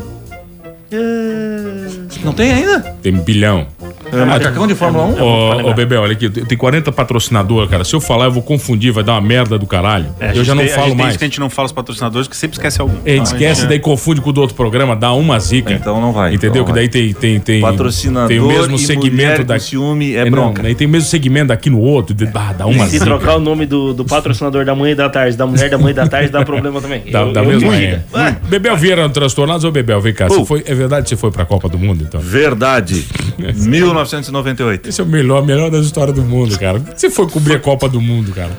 [SPEAKER 9] É. Não tem ainda?
[SPEAKER 6] Tem um bilhão.
[SPEAKER 9] É, macacão de Fórmula 1?
[SPEAKER 6] Ô, ô, Bebel, olha aqui, tem 40 patrocinador, cara. Se eu falar, eu vou confundir, vai dar uma merda do caralho.
[SPEAKER 7] É, a
[SPEAKER 6] eu
[SPEAKER 7] gente
[SPEAKER 6] já não
[SPEAKER 7] tem- a
[SPEAKER 6] falo
[SPEAKER 7] gente tem É.
[SPEAKER 6] mais.
[SPEAKER 7] isso que a gente não fala os patrocinadores, que sempre esquece algum.
[SPEAKER 6] A gente esquece, daí confunde com o do outro programa, dá uma zica.
[SPEAKER 9] Então não vai.
[SPEAKER 6] Entendeu?
[SPEAKER 9] então
[SPEAKER 6] que
[SPEAKER 9] vai.
[SPEAKER 6] daí tem, tem, tem.
[SPEAKER 9] Patrocinador
[SPEAKER 6] Tem o mesmo
[SPEAKER 9] e
[SPEAKER 6] segmento
[SPEAKER 9] mulher
[SPEAKER 6] da.
[SPEAKER 9] com ciúme é
[SPEAKER 6] não,
[SPEAKER 9] bronca.
[SPEAKER 6] Daí tem o mesmo segmento daqui no outro, de- ah, dá uma
[SPEAKER 2] E se
[SPEAKER 6] zica.
[SPEAKER 2] trocar o nome do, do patrocinador da manhã e da tarde, da mulher da manhã e da tarde, dá problema também.
[SPEAKER 6] Da,
[SPEAKER 2] Eu-
[SPEAKER 6] da
[SPEAKER 2] eu-
[SPEAKER 6] mesma
[SPEAKER 2] Ui,
[SPEAKER 6] é.
[SPEAKER 7] Ah.
[SPEAKER 6] Bebel Vieira no Transtornados ou Bebel? Vem cá, você foi, é verdade que você foi pra Copa do Mundo, então?
[SPEAKER 9] Verdade. 1998.
[SPEAKER 6] Esse é o melhor, melhor das histórias do mundo, cara. Por que Você foi cobrir a Copa do Mundo, cara.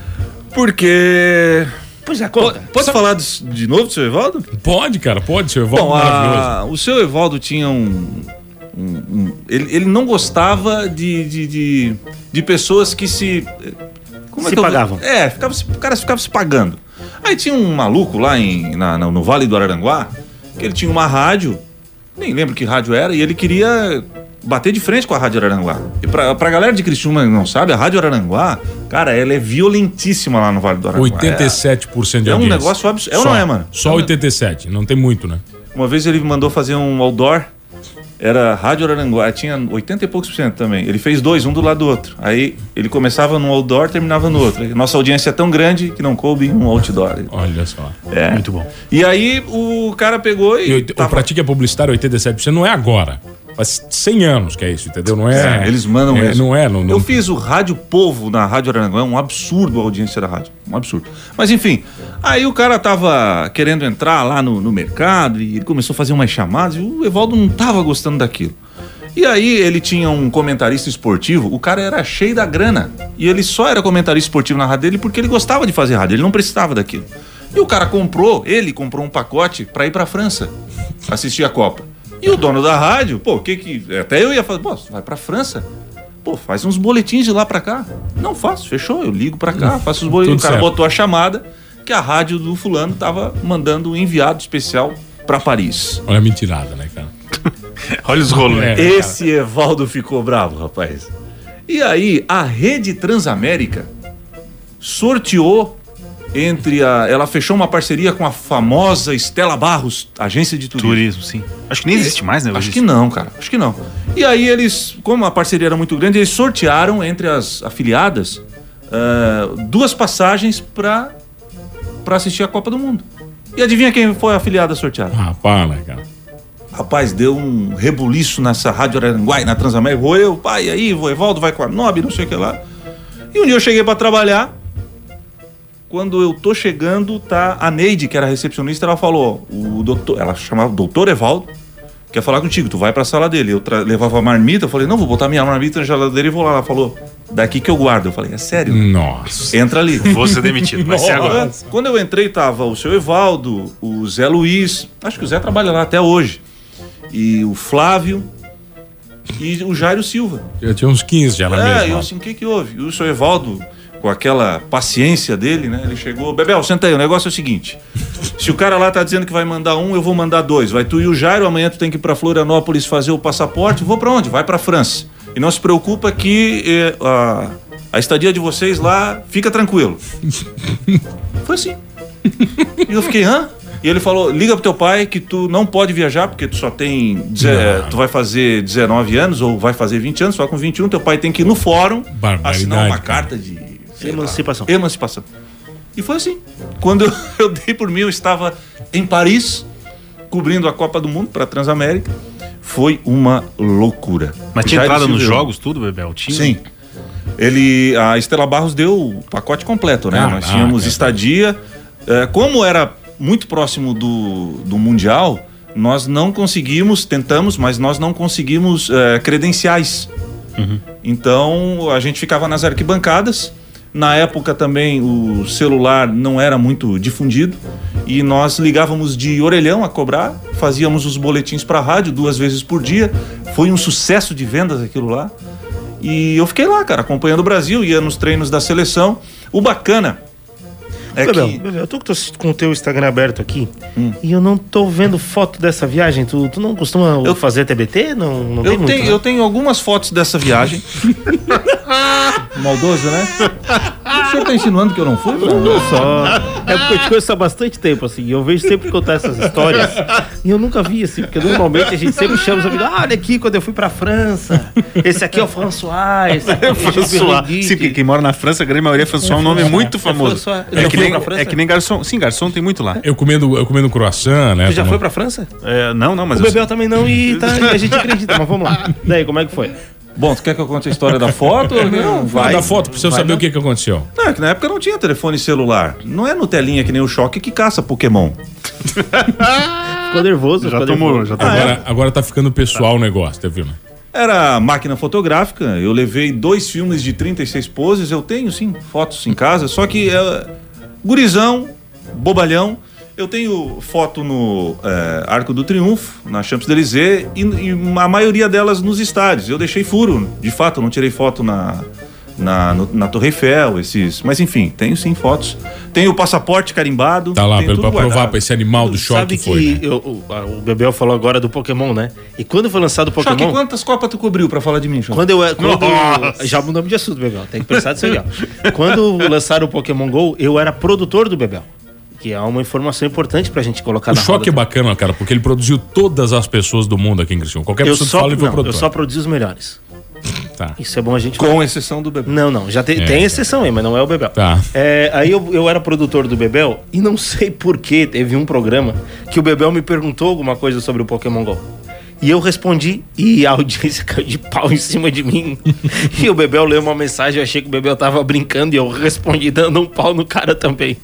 [SPEAKER 9] Porque.
[SPEAKER 2] Pois é,
[SPEAKER 9] conta. Posso falar de, de novo do seu Evaldo?
[SPEAKER 6] Pode, cara, pode, seu Evaldo.
[SPEAKER 9] Bom, a-
[SPEAKER 6] maravilhoso.
[SPEAKER 9] Ah, o seu Evaldo tinha um. um- um- ele, ele não gostava de, de, de, de pessoas que se. Como
[SPEAKER 2] Se
[SPEAKER 9] eu vou-
[SPEAKER 2] pagavam.
[SPEAKER 9] É, ficava, se- o cara ficava se pagando. Aí tinha um maluco lá em, na- na- no Vale do Araranguá, que ele tinha uma rádio, nem lembro que rádio era, e ele queria bater de frente com a Rádio Araranguá. E pra, pra galera de Criciúma que não sabe, a Rádio Araranguá, cara, ela é violentíssima lá no Vale do Araranguá.
[SPEAKER 6] 87% de
[SPEAKER 9] É um
[SPEAKER 6] audiência.
[SPEAKER 9] negócio absurdo. É ou
[SPEAKER 6] Só-
[SPEAKER 9] não é, mano?
[SPEAKER 6] Só 87, não tem muito, né?
[SPEAKER 9] Uma vez ele me mandou fazer um outdoor. Era Rádio Araranguá, tinha 80 e poucos por cento também. Ele fez dois, um do lado do outro. Aí ele começava num outdoor, terminava no outro. Nossa audiência é tão grande que não coube em um outdoor.
[SPEAKER 6] Olha só.
[SPEAKER 9] É. Muito
[SPEAKER 6] bom.
[SPEAKER 9] E aí o cara pegou e.
[SPEAKER 6] E oit- O Pratique é publicitário 87% não é agora. Faz 100 anos que é isso, entendeu? Não é.
[SPEAKER 9] É, eles mandam
[SPEAKER 6] é,
[SPEAKER 9] mesmo.
[SPEAKER 6] Não é, não. não-
[SPEAKER 9] Eu fiz o Rádio Povo na Rádio Araranguá, um absurdo a audiência da rádio. Um absurdo. Mas enfim, aí o cara tava querendo entrar lá no, no mercado e ele começou a fazer umas chamadas e o Evaldo não tava gostando daquilo. E aí ele tinha um comentarista esportivo, o cara era cheio da grana. E ele só era comentarista esportivo na rádio dele porque ele gostava de fazer rádio, ele não precisava daquilo. E o cara comprou, ele comprou um pacote pra ir pra França assistir a Copa. E o dono da rádio, pô, o que que. Até eu ia falar, pô, vai pra França? Pô, faz uns boletins de lá pra cá. Não faço, fechou, eu ligo pra cá, faço os boletins.
[SPEAKER 6] Tudo
[SPEAKER 9] um o cara
[SPEAKER 6] certo.
[SPEAKER 9] botou a chamada que a rádio do fulano tava mandando um enviado especial pra Paris.
[SPEAKER 6] Olha a mentirada, né, cara?
[SPEAKER 9] Olha os
[SPEAKER 6] rolos, né?
[SPEAKER 9] Esse Evaldo ficou bravo, rapaz. E aí, a Rede Transamérica sorteou entre a. Ela fechou uma parceria com a famosa Estela Barros, agência de turismo.
[SPEAKER 7] Turismo, sim. Acho que nem existe mais, né?
[SPEAKER 9] Acho que não, cara. Acho que não. E aí eles, como a parceria era muito grande, eles sortearam entre as afiliadas ah, duas passagens pra para assistir a Copa do Mundo. E adivinha quem foi a afiliada sorteada?
[SPEAKER 6] Ah, para, cara.
[SPEAKER 9] Rapaz, deu um rebuliço nessa Rádio Aranguai, na Transamérica. Vou eu, pai, e aí, vou Evaldo, vai com a Nobre, não sei o que lá. E um dia eu cheguei pra trabalhar. Quando eu tô chegando, tá a Neide, que era a recepcionista, ela falou, o doutor, ela chamava doutor Evaldo, quer falar contigo, tu vai pra sala dele. Eu tra- levava a marmita, eu falei, não, vou botar minha marmita na geladeira e vou lá. Ela falou, Daqui que eu guardo. Eu falei, é sério?
[SPEAKER 6] Nossa.
[SPEAKER 9] Entra ali.
[SPEAKER 14] Vou ser demitido, vai ser agora.
[SPEAKER 9] Nossa. Quando eu entrei, tava o seu Evaldo, o Zé Luiz, acho que o Zé trabalha lá até hoje, e o Flávio e o Jairo Silva.
[SPEAKER 6] Eu tinha uns 15 já na
[SPEAKER 9] é,
[SPEAKER 6] mesma.
[SPEAKER 9] eu assim, o que que houve? E o seu Evaldo, com aquela paciência dele, né? Ele chegou, Bebel, senta aí, o negócio é o seguinte, se o cara lá tá dizendo que vai mandar um, eu vou mandar dois. Vai tu e o Jairo, amanhã tu tem que ir pra Florianópolis fazer o passaporte. Vou pra onde? Vai pra França. E não se preocupa que eh, a, a estadia de vocês lá fica tranquilo. Foi assim. E eu fiquei, hã? E ele falou, liga pro teu pai que tu não pode viajar, porque tu só tem... deze- eh, Tu vai fazer 19 anos ou vai fazer 20 anos, só com 21, teu pai tem que ir no fórum assinar uma
[SPEAKER 6] Barbaridade, cara.
[SPEAKER 9] carta de... sei lá, emancipação. E foi assim. Quando eu, eu dei por mim, eu estava em Paris, cobrindo a Copa do Mundo para Transamérica. Foi uma loucura.
[SPEAKER 14] Mas tinha
[SPEAKER 9] Jairo
[SPEAKER 14] entrada nos
[SPEAKER 9] Silveira.
[SPEAKER 14] jogos, tudo, Bebel? Tinha?
[SPEAKER 9] Sim. Ele, a Estela Barros deu o pacote completo, né?
[SPEAKER 14] Caraca,
[SPEAKER 9] Nós tínhamos
[SPEAKER 14] cara.
[SPEAKER 9] estadia. Eh, como era muito próximo do, do Mundial, nós não conseguimos, tentamos, mas nós não conseguimos eh, credenciais. Então a gente ficava nas arquibancadas. Na época também o celular não era muito difundido e nós ligávamos de orelhão a cobrar, fazíamos os boletins para rádio duas vezes por dia. Foi um sucesso de vendas aquilo lá. E eu fiquei lá, cara, acompanhando o Brasil, ia nos treinos da seleção. O bacana é
[SPEAKER 15] Bebel,
[SPEAKER 9] que
[SPEAKER 15] Bebel, eu tô com teu- com o teu Instagram aberto aqui e eu não tô vendo foto dessa viagem. Tu, tu não costuma fazer TBT? Não, não tem
[SPEAKER 9] eu
[SPEAKER 15] muito,
[SPEAKER 9] tenho,
[SPEAKER 15] né?
[SPEAKER 9] eu tenho algumas fotos dessa viagem. Maldoso, né? O senhor tá insinuando que eu não fui?
[SPEAKER 16] Não só. É porque eu te conheço há bastante tempo, assim. Eu vejo sempre contar essas histórias. E eu nunca vi, assim, porque normalmente a gente sempre chama os amigos. Ah, olha aqui, quando eu fui pra França. Esse aqui é o François. Esse aqui é o
[SPEAKER 14] François.
[SPEAKER 16] Gilberto
[SPEAKER 14] Sim, porque quem mora na França, a grande maioria é François, é um nome muito
[SPEAKER 16] É
[SPEAKER 14] famoso.
[SPEAKER 16] François.
[SPEAKER 14] É
[SPEAKER 16] Já
[SPEAKER 14] que,
[SPEAKER 16] foi
[SPEAKER 14] nem,
[SPEAKER 16] pra França?
[SPEAKER 14] é que nem garçom. Sim, garçom tem muito lá.
[SPEAKER 6] Eu comendo, eu comendo croissant, né?
[SPEAKER 14] Tu já
[SPEAKER 6] Como-
[SPEAKER 14] foi
[SPEAKER 16] pra França?
[SPEAKER 14] É, não, não, mas.
[SPEAKER 16] O
[SPEAKER 14] eu-
[SPEAKER 16] Bebel também não, e tá- e a gente acredita, mas vamos lá. Daí, como é que foi?
[SPEAKER 9] Bom, tu quer que eu conte a história da foto? Não, vai.
[SPEAKER 6] Da foto, pra você
[SPEAKER 9] Vai
[SPEAKER 6] saber
[SPEAKER 9] dar-
[SPEAKER 6] o que, que aconteceu.
[SPEAKER 9] Não, é que na época não tinha telefone celular. Não é Nutelinha que nem o choque que caça Pokémon.
[SPEAKER 16] ficou nervoso, é.
[SPEAKER 9] ficou nervoso.
[SPEAKER 2] é.
[SPEAKER 6] Agora,
[SPEAKER 9] Ah,
[SPEAKER 6] agora tá ficando pessoal o negócio, tá vendo?
[SPEAKER 9] Era máquina fotográfica, eu levei dois filmes de 36 poses, eu tenho sim fotos em casa, só que é, gurizão, bobalhão. Eu tenho foto no é, Arco do Triunfo, na Champs-Élysées, e, e a maioria delas nos estádios. Eu deixei furo, de fato, eu não tirei foto na, na, no- na Torre Eiffel, esses. Mas enfim, tenho sim fotos. Tenho o passaporte carimbado.
[SPEAKER 6] Tá lá,
[SPEAKER 9] tenho
[SPEAKER 6] pra,
[SPEAKER 9] tudo
[SPEAKER 6] pra provar
[SPEAKER 9] guardado.
[SPEAKER 6] pra esse animal do
[SPEAKER 9] sabe
[SPEAKER 6] choque
[SPEAKER 9] que-
[SPEAKER 6] foi. Né?
[SPEAKER 9] eu-
[SPEAKER 2] o, o Bebel falou agora do Pokémon, né? E quando foi lançado o
[SPEAKER 9] Choque,
[SPEAKER 2] Pokémon.
[SPEAKER 9] quantas copas tu cobriu pra falar de mim, Choque?
[SPEAKER 2] Quando eu. Quando,
[SPEAKER 9] Nossa!
[SPEAKER 2] já mudamos de assunto, Bebel. Tem que pensar disso aí, ó. Quando lançaram o Pokémon GO, eu era produtor do Bebel. Que é uma informação importante pra gente colocar
[SPEAKER 6] O
[SPEAKER 2] na roda
[SPEAKER 6] choque é bacana, cara, porque ele produziu todas as pessoas do mundo aqui em Criciúma. Qualquer
[SPEAKER 2] eu
[SPEAKER 6] pessoa que
[SPEAKER 2] só,
[SPEAKER 6] fala, ele foi
[SPEAKER 2] não, eu
[SPEAKER 6] produtor.
[SPEAKER 2] só produzo os melhores.
[SPEAKER 6] Tá.
[SPEAKER 2] Isso é bom a gente
[SPEAKER 9] Com exceção do Bebel.
[SPEAKER 2] Não, não. Já tem,
[SPEAKER 6] É,
[SPEAKER 2] tem exceção aí, mas não é o Bebel.
[SPEAKER 6] Tá.
[SPEAKER 2] É, aí eu, eu era produtor do Bebel e não sei por que teve um programa que o Bebel me perguntou alguma coisa sobre o Pokémon GO. E eu respondi e a audiência caiu de pau em cima de mim. e o Bebel leu uma mensagem, eu achei que o Bebel tava brincando e eu respondi dando um pau no cara também.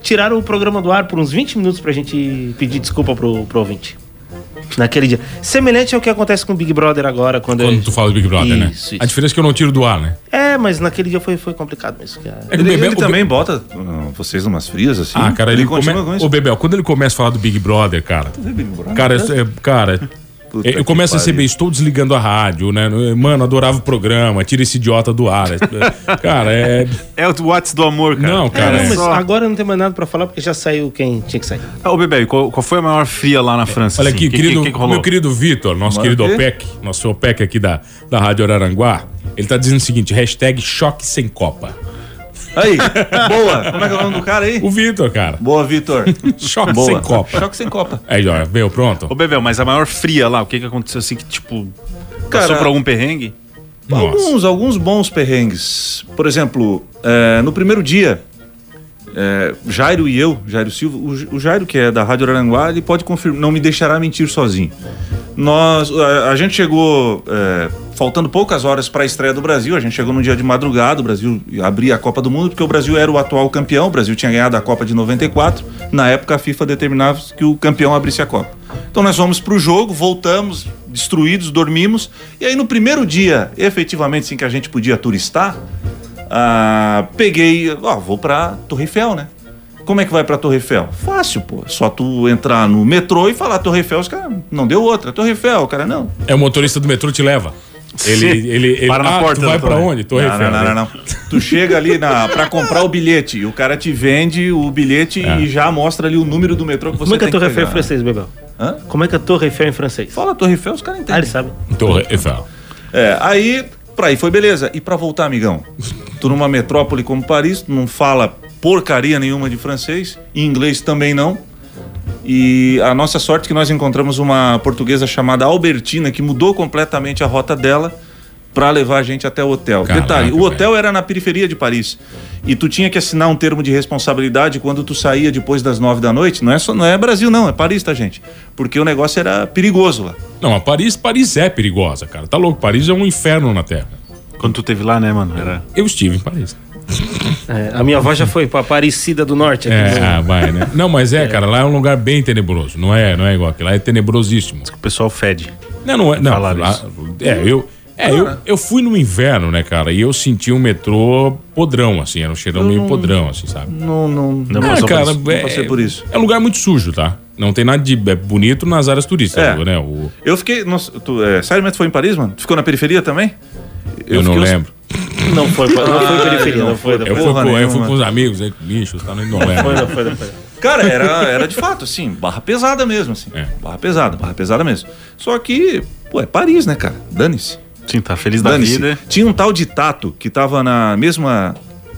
[SPEAKER 2] Tiraram o programa do ar por uns 20 minutos pra gente pedir desculpa pro, pro ouvinte. Naquele dia. Semelhante ao que acontece com o Big Brother agora, quando,
[SPEAKER 6] Quando
[SPEAKER 2] eles-
[SPEAKER 6] tu fala do Big Brother, né?
[SPEAKER 2] Isso,
[SPEAKER 6] A diferença é que eu não tiro do ar, né?
[SPEAKER 2] É, mas naquele dia foi, foi complicado mesmo. cara.
[SPEAKER 6] É que o Bebel- o Be-
[SPEAKER 9] bota ah, vocês umas frias assim.
[SPEAKER 6] Ah, cara, ele,
[SPEAKER 9] Ele
[SPEAKER 6] começa.
[SPEAKER 9] continua com isso.
[SPEAKER 6] Ô, Bebel, quando ele começa a falar do Big Brother, cara. Cara, isso é- cara. eu- Eu
[SPEAKER 9] que
[SPEAKER 6] começo a
[SPEAKER 9] pariu.
[SPEAKER 6] receber, estou desligando a rádio, né? Mano, adorava o programa, tira esse idiota do ar. É- Cara, é.
[SPEAKER 14] É o WhatsApp do amor, cara.
[SPEAKER 6] Não, cara.
[SPEAKER 2] não,
[SPEAKER 6] é-
[SPEAKER 2] mas agora não tem mais nada pra falar porque já saiu quem tinha que sair.
[SPEAKER 14] Ah, Ô, Bebel, e qual, qual foi a maior fria lá na França?
[SPEAKER 6] Olha
[SPEAKER 14] assim?
[SPEAKER 6] aqui,
[SPEAKER 14] Que- que-
[SPEAKER 6] querido,
[SPEAKER 14] que que rolou?
[SPEAKER 6] meu querido Vitor, nosso
[SPEAKER 14] Manda
[SPEAKER 6] querido
[SPEAKER 14] ver.
[SPEAKER 6] OPEC, nosso OPEC aqui da, da Rádio Araranguá, ele tá dizendo o seguinte: hashtag choque sem copa.
[SPEAKER 9] Aí, boa. Como é que é o nome do cara aí?
[SPEAKER 6] O Vitor, cara.
[SPEAKER 9] Boa, Vitor.
[SPEAKER 6] Choque
[SPEAKER 14] Boa.
[SPEAKER 6] sem copa.
[SPEAKER 9] Choque sem copa.
[SPEAKER 6] Aí, ó, veio, pronto.
[SPEAKER 14] Ô, Bebel, mas a maior fria lá, o que que aconteceu assim que, tipo,
[SPEAKER 9] Cara,
[SPEAKER 14] passou por algum perrengue?
[SPEAKER 9] Alguns, alguns bons perrengues. Por exemplo, é, no primeiro dia, é, Jairo e eu, Jairo Silva, o, J- o Jairo, que é da Rádio Aranguá, ele pode confirmar, não me deixará mentir sozinho. Nós, a, a gente chegou, é, faltando poucas horas para a estreia do Brasil, a gente chegou num dia de madrugada, o Brasil abria a Copa do Mundo, porque o Brasil era o atual campeão, o Brasil tinha ganhado a Copa de 94, na época a FIFA determinava que o campeão abrisse a Copa. Então nós fomos pro jogo, voltamos, destruídos, dormimos. E aí no primeiro dia, efetivamente, sim, que a gente podia turistar, ah, peguei, ó, vou pra Torre Eiffel, né? Como é que vai pra Torre Eiffel? Fácil, pô. Só tu entrar no metrô e falar Torre Eiffel, os caras, não deu outra. Torre Eiffel, cara, não.
[SPEAKER 6] É o motorista do metrô te leva. Ele,
[SPEAKER 9] Sim.
[SPEAKER 6] ele, ele-
[SPEAKER 9] Para na
[SPEAKER 6] ah,
[SPEAKER 9] porta
[SPEAKER 6] Tu
[SPEAKER 9] da
[SPEAKER 6] vai pra
[SPEAKER 9] torre.
[SPEAKER 6] onde? Torre
[SPEAKER 9] não,
[SPEAKER 6] Eiffel.
[SPEAKER 9] não, não, não, não. Tu chega ali na, pra comprar o bilhete e o cara te vende o bilhete e já mostra ali o número do metrô que você
[SPEAKER 12] Como é que
[SPEAKER 9] tem
[SPEAKER 12] a Torre
[SPEAKER 9] que
[SPEAKER 12] Eiffel é em
[SPEAKER 9] pegar.
[SPEAKER 12] francês, Bebel?
[SPEAKER 9] Hã?
[SPEAKER 12] Como é que a Torre Eiffel é em francês?
[SPEAKER 9] Fala Torre Eiffel, os caras entendem.
[SPEAKER 12] Ah, eles sabem.
[SPEAKER 6] Torre Eiffel.
[SPEAKER 9] É, aí, pra aí foi beleza. E pra voltar, amigão? Tu numa metrópole como Paris, tu não fala porcaria nenhuma de francês, e inglês também não. E a nossa sorte é que nós encontramos uma portuguesa chamada Albertina que mudou completamente a rota dela pra levar a gente até o hotel.
[SPEAKER 6] Caraca,
[SPEAKER 9] Detalhe, o hotel era na periferia de Paris. E tu tinha que assinar um termo de responsabilidade quando tu saía depois das nove da noite. Não é só, não é Brasil não, é Paris, tá, gente? Porque o negócio era perigoso lá.
[SPEAKER 6] Não, a Paris, Paris é perigosa, cara. Tá louco, Paris é um inferno na Terra.
[SPEAKER 7] Quando tu teve lá, né, mano? Era...
[SPEAKER 6] Eu estive em Paris.
[SPEAKER 12] É, a minha avó já foi pra Aparecida do Norte. aqui
[SPEAKER 6] É,
[SPEAKER 12] no-
[SPEAKER 6] ah, vai, né? Não, mas é, cara, lá é um lugar bem tenebroso. Não é, não é igual aqui. Lá é tenebrosíssimo.
[SPEAKER 7] O pessoal fede.
[SPEAKER 6] Não, não é. Não,
[SPEAKER 7] Falaram
[SPEAKER 6] lá-
[SPEAKER 7] isso.
[SPEAKER 6] é, eu. É,
[SPEAKER 9] né?
[SPEAKER 6] eu, eu fui no inverno, né, cara? E eu senti um metrô podrão, assim. Era um cheirão meio podrão, assim, sabe?
[SPEAKER 9] Não, não, não,
[SPEAKER 6] Ah,
[SPEAKER 9] passou por
[SPEAKER 6] cara,
[SPEAKER 9] isso. Não
[SPEAKER 6] é-
[SPEAKER 9] passei por isso.
[SPEAKER 6] É um lugar muito sujo, tá? Não tem nada de é bonito nas áreas turísticas,
[SPEAKER 9] É.
[SPEAKER 6] né? O,
[SPEAKER 9] Eu fiquei. Nossa, tu, é, sério mesmo, tu foi em Paris, mano? Tu ficou na periferia também?
[SPEAKER 6] eu, não
[SPEAKER 9] fiquei uns-
[SPEAKER 6] lembro.
[SPEAKER 12] Não foi, pra- não foi
[SPEAKER 9] Ah,
[SPEAKER 12] periferia,
[SPEAKER 9] não
[SPEAKER 12] não foi.
[SPEAKER 9] foi.
[SPEAKER 6] Eu fui,
[SPEAKER 9] porra
[SPEAKER 6] com, eu fui
[SPEAKER 9] nenhuma.
[SPEAKER 6] com os amigos, aí, com bichos, tá? Não,
[SPEAKER 12] Não
[SPEAKER 6] não
[SPEAKER 12] foi,
[SPEAKER 6] lembro.
[SPEAKER 12] não foi, não foi.
[SPEAKER 9] Cara, era, era de fato, assim, barra pesada mesmo, assim.
[SPEAKER 7] É.
[SPEAKER 9] Barra pesada, barra pesada mesmo. Só que, pô, é Paris, né, cara? Dane-se.
[SPEAKER 7] Sim, tá feliz da
[SPEAKER 9] Dane-se.
[SPEAKER 7] vida.
[SPEAKER 9] Tinha um tal de Tato que tava na mesma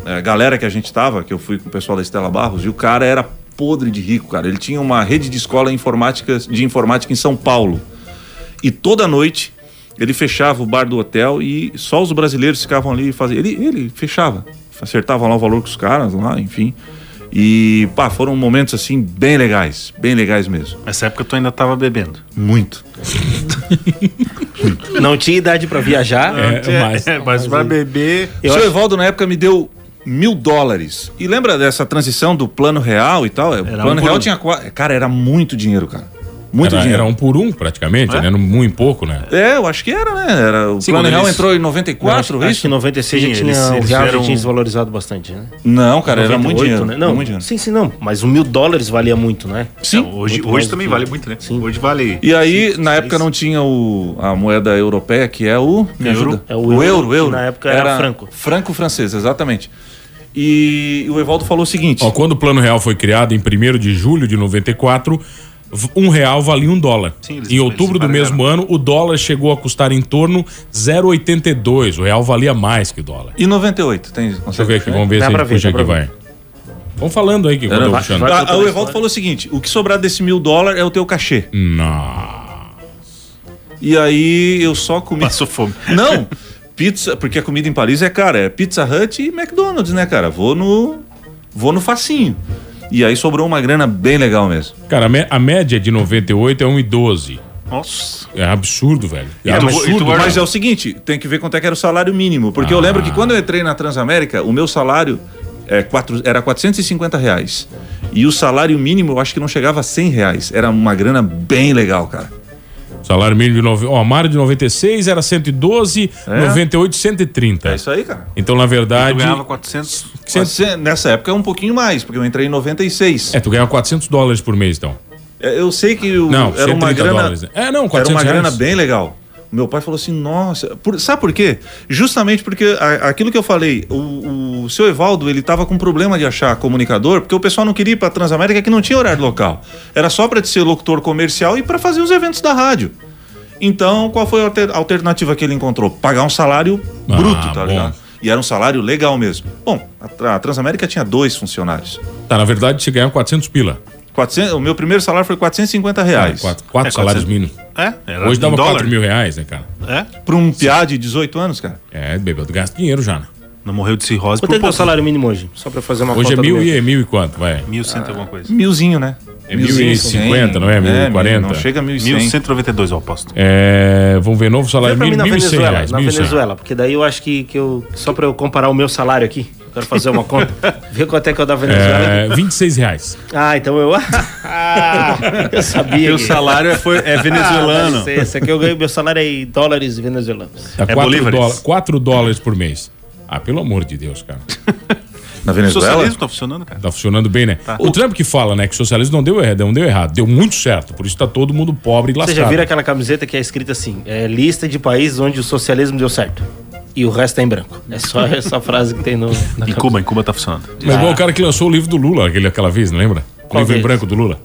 [SPEAKER 9] eh, galera que a gente tava, que eu fui com o pessoal da Estela Barros, e o cara era podre de rico, cara. Ele tinha uma rede de escola informática, de informática em São Paulo. E toda noite ele fechava o bar do hotel e só os brasileiros ficavam ali e faziam. Ele, ele fechava, acertava lá o valor com os caras lá, enfim. E, pá, foram momentos assim bem legais, bem legais mesmo.
[SPEAKER 7] Nessa época tu ainda tava bebendo.
[SPEAKER 9] Muito.
[SPEAKER 12] Não tinha idade pra viajar.
[SPEAKER 7] É, mas- mas vai beber.
[SPEAKER 9] O seu Evaldo, na época, me deu mil dólares. E lembra dessa transição do plano real e tal? É,
[SPEAKER 2] É,
[SPEAKER 9] o
[SPEAKER 6] um
[SPEAKER 9] plano
[SPEAKER 6] por
[SPEAKER 9] real
[SPEAKER 6] um.
[SPEAKER 9] tinha. qua- Cara, era muito dinheiro, cara. Muito
[SPEAKER 6] era,
[SPEAKER 9] dinheiro.
[SPEAKER 6] Era um por um, praticamente, né? Muito pouco, né?
[SPEAKER 9] É, eu acho que era, né? Era, o
[SPEAKER 6] Sim,
[SPEAKER 9] plano
[SPEAKER 6] quando
[SPEAKER 9] real
[SPEAKER 6] eles-
[SPEAKER 9] entrou em 94,
[SPEAKER 12] Acho- acho
[SPEAKER 9] é
[SPEAKER 12] que
[SPEAKER 9] isso?
[SPEAKER 12] em 96 já tinha, o real já tinha desvalorizado bastante, né?
[SPEAKER 9] Não, cara, era muito dinheiro.
[SPEAKER 12] Né? Não,
[SPEAKER 9] muito dinheiro.
[SPEAKER 12] Sim, sim, não. Mas um mil dólares valia muito, né?
[SPEAKER 9] Sim.
[SPEAKER 7] Hoje,
[SPEAKER 12] Muito mais
[SPEAKER 7] hoje
[SPEAKER 12] do
[SPEAKER 7] também
[SPEAKER 12] que-
[SPEAKER 7] vale muito, né? Hoje vale.
[SPEAKER 9] E aí, na época, não tinha o, a moeda europeia, que é o. Me
[SPEAKER 7] Euro.
[SPEAKER 9] ajuda?
[SPEAKER 12] É o euro, que na época era franco.
[SPEAKER 9] Franco-francês, exatamente. E o Evaldo falou o seguinte.
[SPEAKER 6] Ó, quando o Plano Real foi criado em 1 de julho de 94, v- um real valia um dólar. em outubro do mesmo ano, o dólar chegou a custar em torno 0,82. O real valia mais que o dólar.
[SPEAKER 9] E 98, tem. Deixa
[SPEAKER 6] eu ver aqui, vamos ver
[SPEAKER 9] Dá
[SPEAKER 6] se a
[SPEAKER 9] pra
[SPEAKER 6] gente
[SPEAKER 9] ver,
[SPEAKER 6] puxa
[SPEAKER 9] dá
[SPEAKER 6] aqui,
[SPEAKER 9] pra
[SPEAKER 6] vai. Vamos falando aí que quando eu
[SPEAKER 9] Era-
[SPEAKER 6] puxando.
[SPEAKER 9] Ah, o Evaldo falou o seguinte: o que sobrar desse mil dólar é o teu cachê.
[SPEAKER 6] Nossa.
[SPEAKER 9] E aí eu só comi.
[SPEAKER 7] Passou fome.
[SPEAKER 9] Não! Pizza, porque a comida em Paris é cara, é Pizza Hut e McDonald's, né, cara? Vou no. Vou no facinho. E aí sobrou uma grana bem legal mesmo.
[SPEAKER 6] Cara, a, mé- a média de 98 é 1,12.
[SPEAKER 7] Nossa.
[SPEAKER 6] É absurdo, velho. É
[SPEAKER 9] E tu- e
[SPEAKER 6] absurdo,
[SPEAKER 9] tu- mas é o seguinte, tem que ver quanto é que era o salário mínimo. Porque eu lembro que quando eu entrei na Transamérica, o meu salário é quatro, era 450 reais. E o salário mínimo eu acho que não chegava a 100 reais. Era uma grana bem legal, cara.
[SPEAKER 6] Salário mínimo de... Nove... Ó, a Mário de 96 era 112,
[SPEAKER 9] É.
[SPEAKER 6] 98, 130. É isso
[SPEAKER 9] aí, cara.
[SPEAKER 6] Então, na
[SPEAKER 7] Eu
[SPEAKER 6] verdade...
[SPEAKER 7] ganhava 400.
[SPEAKER 9] Quatrocen- Nessa época é um pouquinho mais, porque eu entrei em 96.
[SPEAKER 6] É, tu ganhava 400 dólares por mês, então.
[SPEAKER 9] É, Eu sei que o,
[SPEAKER 6] Não,
[SPEAKER 9] era uma
[SPEAKER 6] 130
[SPEAKER 9] grana.
[SPEAKER 6] dólares, né? É, não,
[SPEAKER 9] Era
[SPEAKER 6] 400
[SPEAKER 9] uma grana
[SPEAKER 6] reais.
[SPEAKER 9] bem legal. Meu pai falou assim, nossa, por- sabe por quê? Justamente porque a- aquilo que eu falei, o, o seu Evaldo, ele tava com problema de achar comunicador, porque o pessoal não queria ir pra Transamérica que não tinha horário local. Era só pra ser locutor comercial e pra fazer os eventos da rádio. Então, qual foi a alter- alternativa que ele encontrou? Pagar um salário
[SPEAKER 6] Ah,
[SPEAKER 9] bruto, tá
[SPEAKER 6] bom.
[SPEAKER 9] ligado? E era um salário legal mesmo. Bom, a, Tra- a Transamérica tinha dois funcionários.
[SPEAKER 6] Tá, na verdade, você ganhava 400 pila. É,
[SPEAKER 9] 400, o meu primeiro salário foi 450 reais.
[SPEAKER 6] Quatro, quatro salários mínimos.
[SPEAKER 7] É? Era
[SPEAKER 6] Hoje
[SPEAKER 7] em
[SPEAKER 6] dava
[SPEAKER 7] dólar?
[SPEAKER 6] 4 mil reais, né, cara?
[SPEAKER 7] É?
[SPEAKER 9] Pra um piá de 18 anos, cara?
[SPEAKER 6] É, bebeu, tu gasta dinheiro já, né?
[SPEAKER 7] Não morreu de cirrose
[SPEAKER 12] Quanto é que é o
[SPEAKER 7] pouco.
[SPEAKER 12] salário mínimo hoje? Só pra fazer uma
[SPEAKER 6] Hoje
[SPEAKER 12] conta
[SPEAKER 6] é
[SPEAKER 12] do
[SPEAKER 6] mil
[SPEAKER 12] meu.
[SPEAKER 6] e, é mil e quanto, vai?
[SPEAKER 7] 1.100 e alguma coisa.
[SPEAKER 9] Milzinho, né?
[SPEAKER 6] É 1.050, não é? 1.040.
[SPEAKER 9] Não chega a 1.100.
[SPEAKER 7] 1.192 eu aposto.
[SPEAKER 6] É, vamos ver, novo
[SPEAKER 12] Vê
[SPEAKER 6] salário
[SPEAKER 12] pra mim
[SPEAKER 6] mínimo,
[SPEAKER 12] na
[SPEAKER 6] 1.100
[SPEAKER 12] Venezuela,
[SPEAKER 6] reais.
[SPEAKER 12] na
[SPEAKER 6] 1.100.
[SPEAKER 12] Venezuela, porque daí eu acho que, que eu só pra eu comparar o meu salário aqui,
[SPEAKER 2] Quero fazer uma conta. Vê quanto é que eu da Venezuela.
[SPEAKER 6] É, 26 reais.
[SPEAKER 2] Ah, então eu. Ah, eu sabia.
[SPEAKER 17] Teu salário foi- é venezuelano.
[SPEAKER 2] Ah, dá licença, que eu ganho meu salário é em dólares venezuelanos.
[SPEAKER 6] Dá 4, dólares, 4 dólares por mês. Ah, pelo amor de Deus, cara.
[SPEAKER 8] Na
[SPEAKER 6] Venezuela?
[SPEAKER 9] O socialismo tá funcionando, cara.
[SPEAKER 6] Tá funcionando bem, né? O Trump que fala, né, que o socialismo não deu errado, não deu errado. Deu muito certo. Por isso tá todo mundo pobre e
[SPEAKER 2] Você
[SPEAKER 6] lascado.
[SPEAKER 2] já viram aquela camiseta que é escrita assim: é, lista de países onde o socialismo deu certo. E o resto é em branco. É só essa frase que tem no. Na
[SPEAKER 9] Em
[SPEAKER 2] camiseta.
[SPEAKER 9] Cuba, em Cuba tá funcionando.
[SPEAKER 6] Mas igual o cara que lançou o livro do Lula, aquele, aquela vez, não lembra? O
[SPEAKER 9] Qual
[SPEAKER 6] livro
[SPEAKER 9] vez?
[SPEAKER 6] em branco do Lula.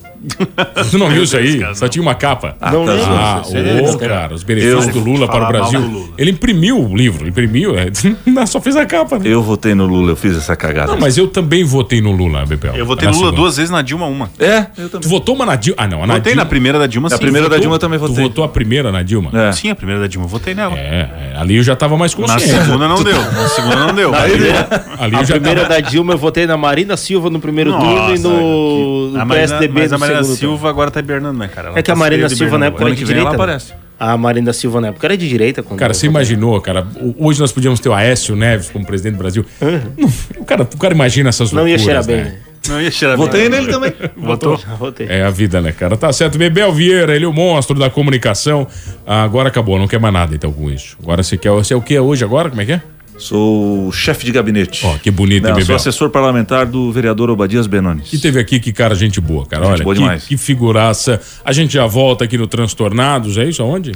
[SPEAKER 6] Você não viu isso aí? Só tinha uma capa.
[SPEAKER 9] Ah, Não tá lembro.
[SPEAKER 6] Ah,
[SPEAKER 9] zoando.
[SPEAKER 6] ô, cara, os benefícios
[SPEAKER 8] Eu
[SPEAKER 6] do Lula para o
[SPEAKER 8] falar mal
[SPEAKER 6] Brasil.
[SPEAKER 8] do Lula.
[SPEAKER 6] Ele imprimiu o livro, imprimiu, é, só fez a capa. Né?
[SPEAKER 8] Eu votei no Lula, eu fiz essa cagada.
[SPEAKER 6] Não, mas eu também votei no Lula, Bebel.
[SPEAKER 8] Eu
[SPEAKER 9] Votei
[SPEAKER 6] Na
[SPEAKER 9] no Lula
[SPEAKER 6] segunda.
[SPEAKER 9] duas vezes, na Dilma uma.
[SPEAKER 8] É?
[SPEAKER 6] Tu votou uma na Dilma? Ah, não. A
[SPEAKER 9] Votei na primeira da Dilma,
[SPEAKER 6] Na
[SPEAKER 9] Na sim. primeira da Dilma eu também
[SPEAKER 6] Tu
[SPEAKER 9] votei.
[SPEAKER 6] votou a primeira na Dilma?
[SPEAKER 9] Sim, a primeira da Dilma, eu votei nela.
[SPEAKER 6] É, é, ali eu já tava mais
[SPEAKER 9] Na
[SPEAKER 6] consciente.
[SPEAKER 8] assim.
[SPEAKER 9] segunda não deu. Na segunda não deu.
[SPEAKER 6] Na
[SPEAKER 9] Aí
[SPEAKER 6] primeira-
[SPEAKER 9] deu.
[SPEAKER 6] ali
[SPEAKER 2] a
[SPEAKER 6] eu já
[SPEAKER 2] primeira
[SPEAKER 6] tava-
[SPEAKER 2] da Dilma eu votei na Marina Silva no primeiro
[SPEAKER 9] Nossa,
[SPEAKER 2] turno e no,
[SPEAKER 9] A
[SPEAKER 2] no
[SPEAKER 9] Marina,
[SPEAKER 2] PSDB
[SPEAKER 9] mas
[SPEAKER 2] no
[SPEAKER 9] a Marina
[SPEAKER 2] segundo turno.
[SPEAKER 9] Silva agora tá hibernando, né, cara? Ela
[SPEAKER 2] É que
[SPEAKER 9] tá
[SPEAKER 2] a Marina
[SPEAKER 9] se
[SPEAKER 2] Silva na
[SPEAKER 9] hibernando
[SPEAKER 2] época era
[SPEAKER 9] agora.
[SPEAKER 2] de
[SPEAKER 9] Ano que vem
[SPEAKER 2] direita.
[SPEAKER 9] ela
[SPEAKER 2] né?
[SPEAKER 9] aparece.
[SPEAKER 2] A Marina Silva na época era de direita. Quando
[SPEAKER 6] Cara, você imaginou, cara? o- Hoje nós podíamos ter o Aécio Neves como presidente do Brasil. Não, o, cara, o cara imagina essas
[SPEAKER 2] Não ia
[SPEAKER 6] loucuras,
[SPEAKER 2] cheirar bem,
[SPEAKER 6] né?
[SPEAKER 2] né?
[SPEAKER 9] Não ia cheirar
[SPEAKER 8] Votei
[SPEAKER 9] bem.
[SPEAKER 8] nele também.
[SPEAKER 9] Votou?
[SPEAKER 2] Votei.
[SPEAKER 6] É a vida, né, cara? Tá certo. Bebel Vieira, ele é o monstro da comunicação. Ah, agora acabou, não quer mais nada então com isso. Agora você quer. Você é o que hoje agora? Como é que é?
[SPEAKER 8] Sou chefe de gabinete. Ó,
[SPEAKER 6] que bonito, hein,
[SPEAKER 8] Não, sou
[SPEAKER 6] Bebel?
[SPEAKER 8] assessor parlamentar do vereador Obadias Benones.
[SPEAKER 6] E teve aqui que cara, gente boa, cara.
[SPEAKER 8] Gente
[SPEAKER 6] Olha,
[SPEAKER 8] boa
[SPEAKER 6] que,
[SPEAKER 8] demais.
[SPEAKER 6] que figuraça. A gente já volta aqui no Transtornados, é isso? Aonde?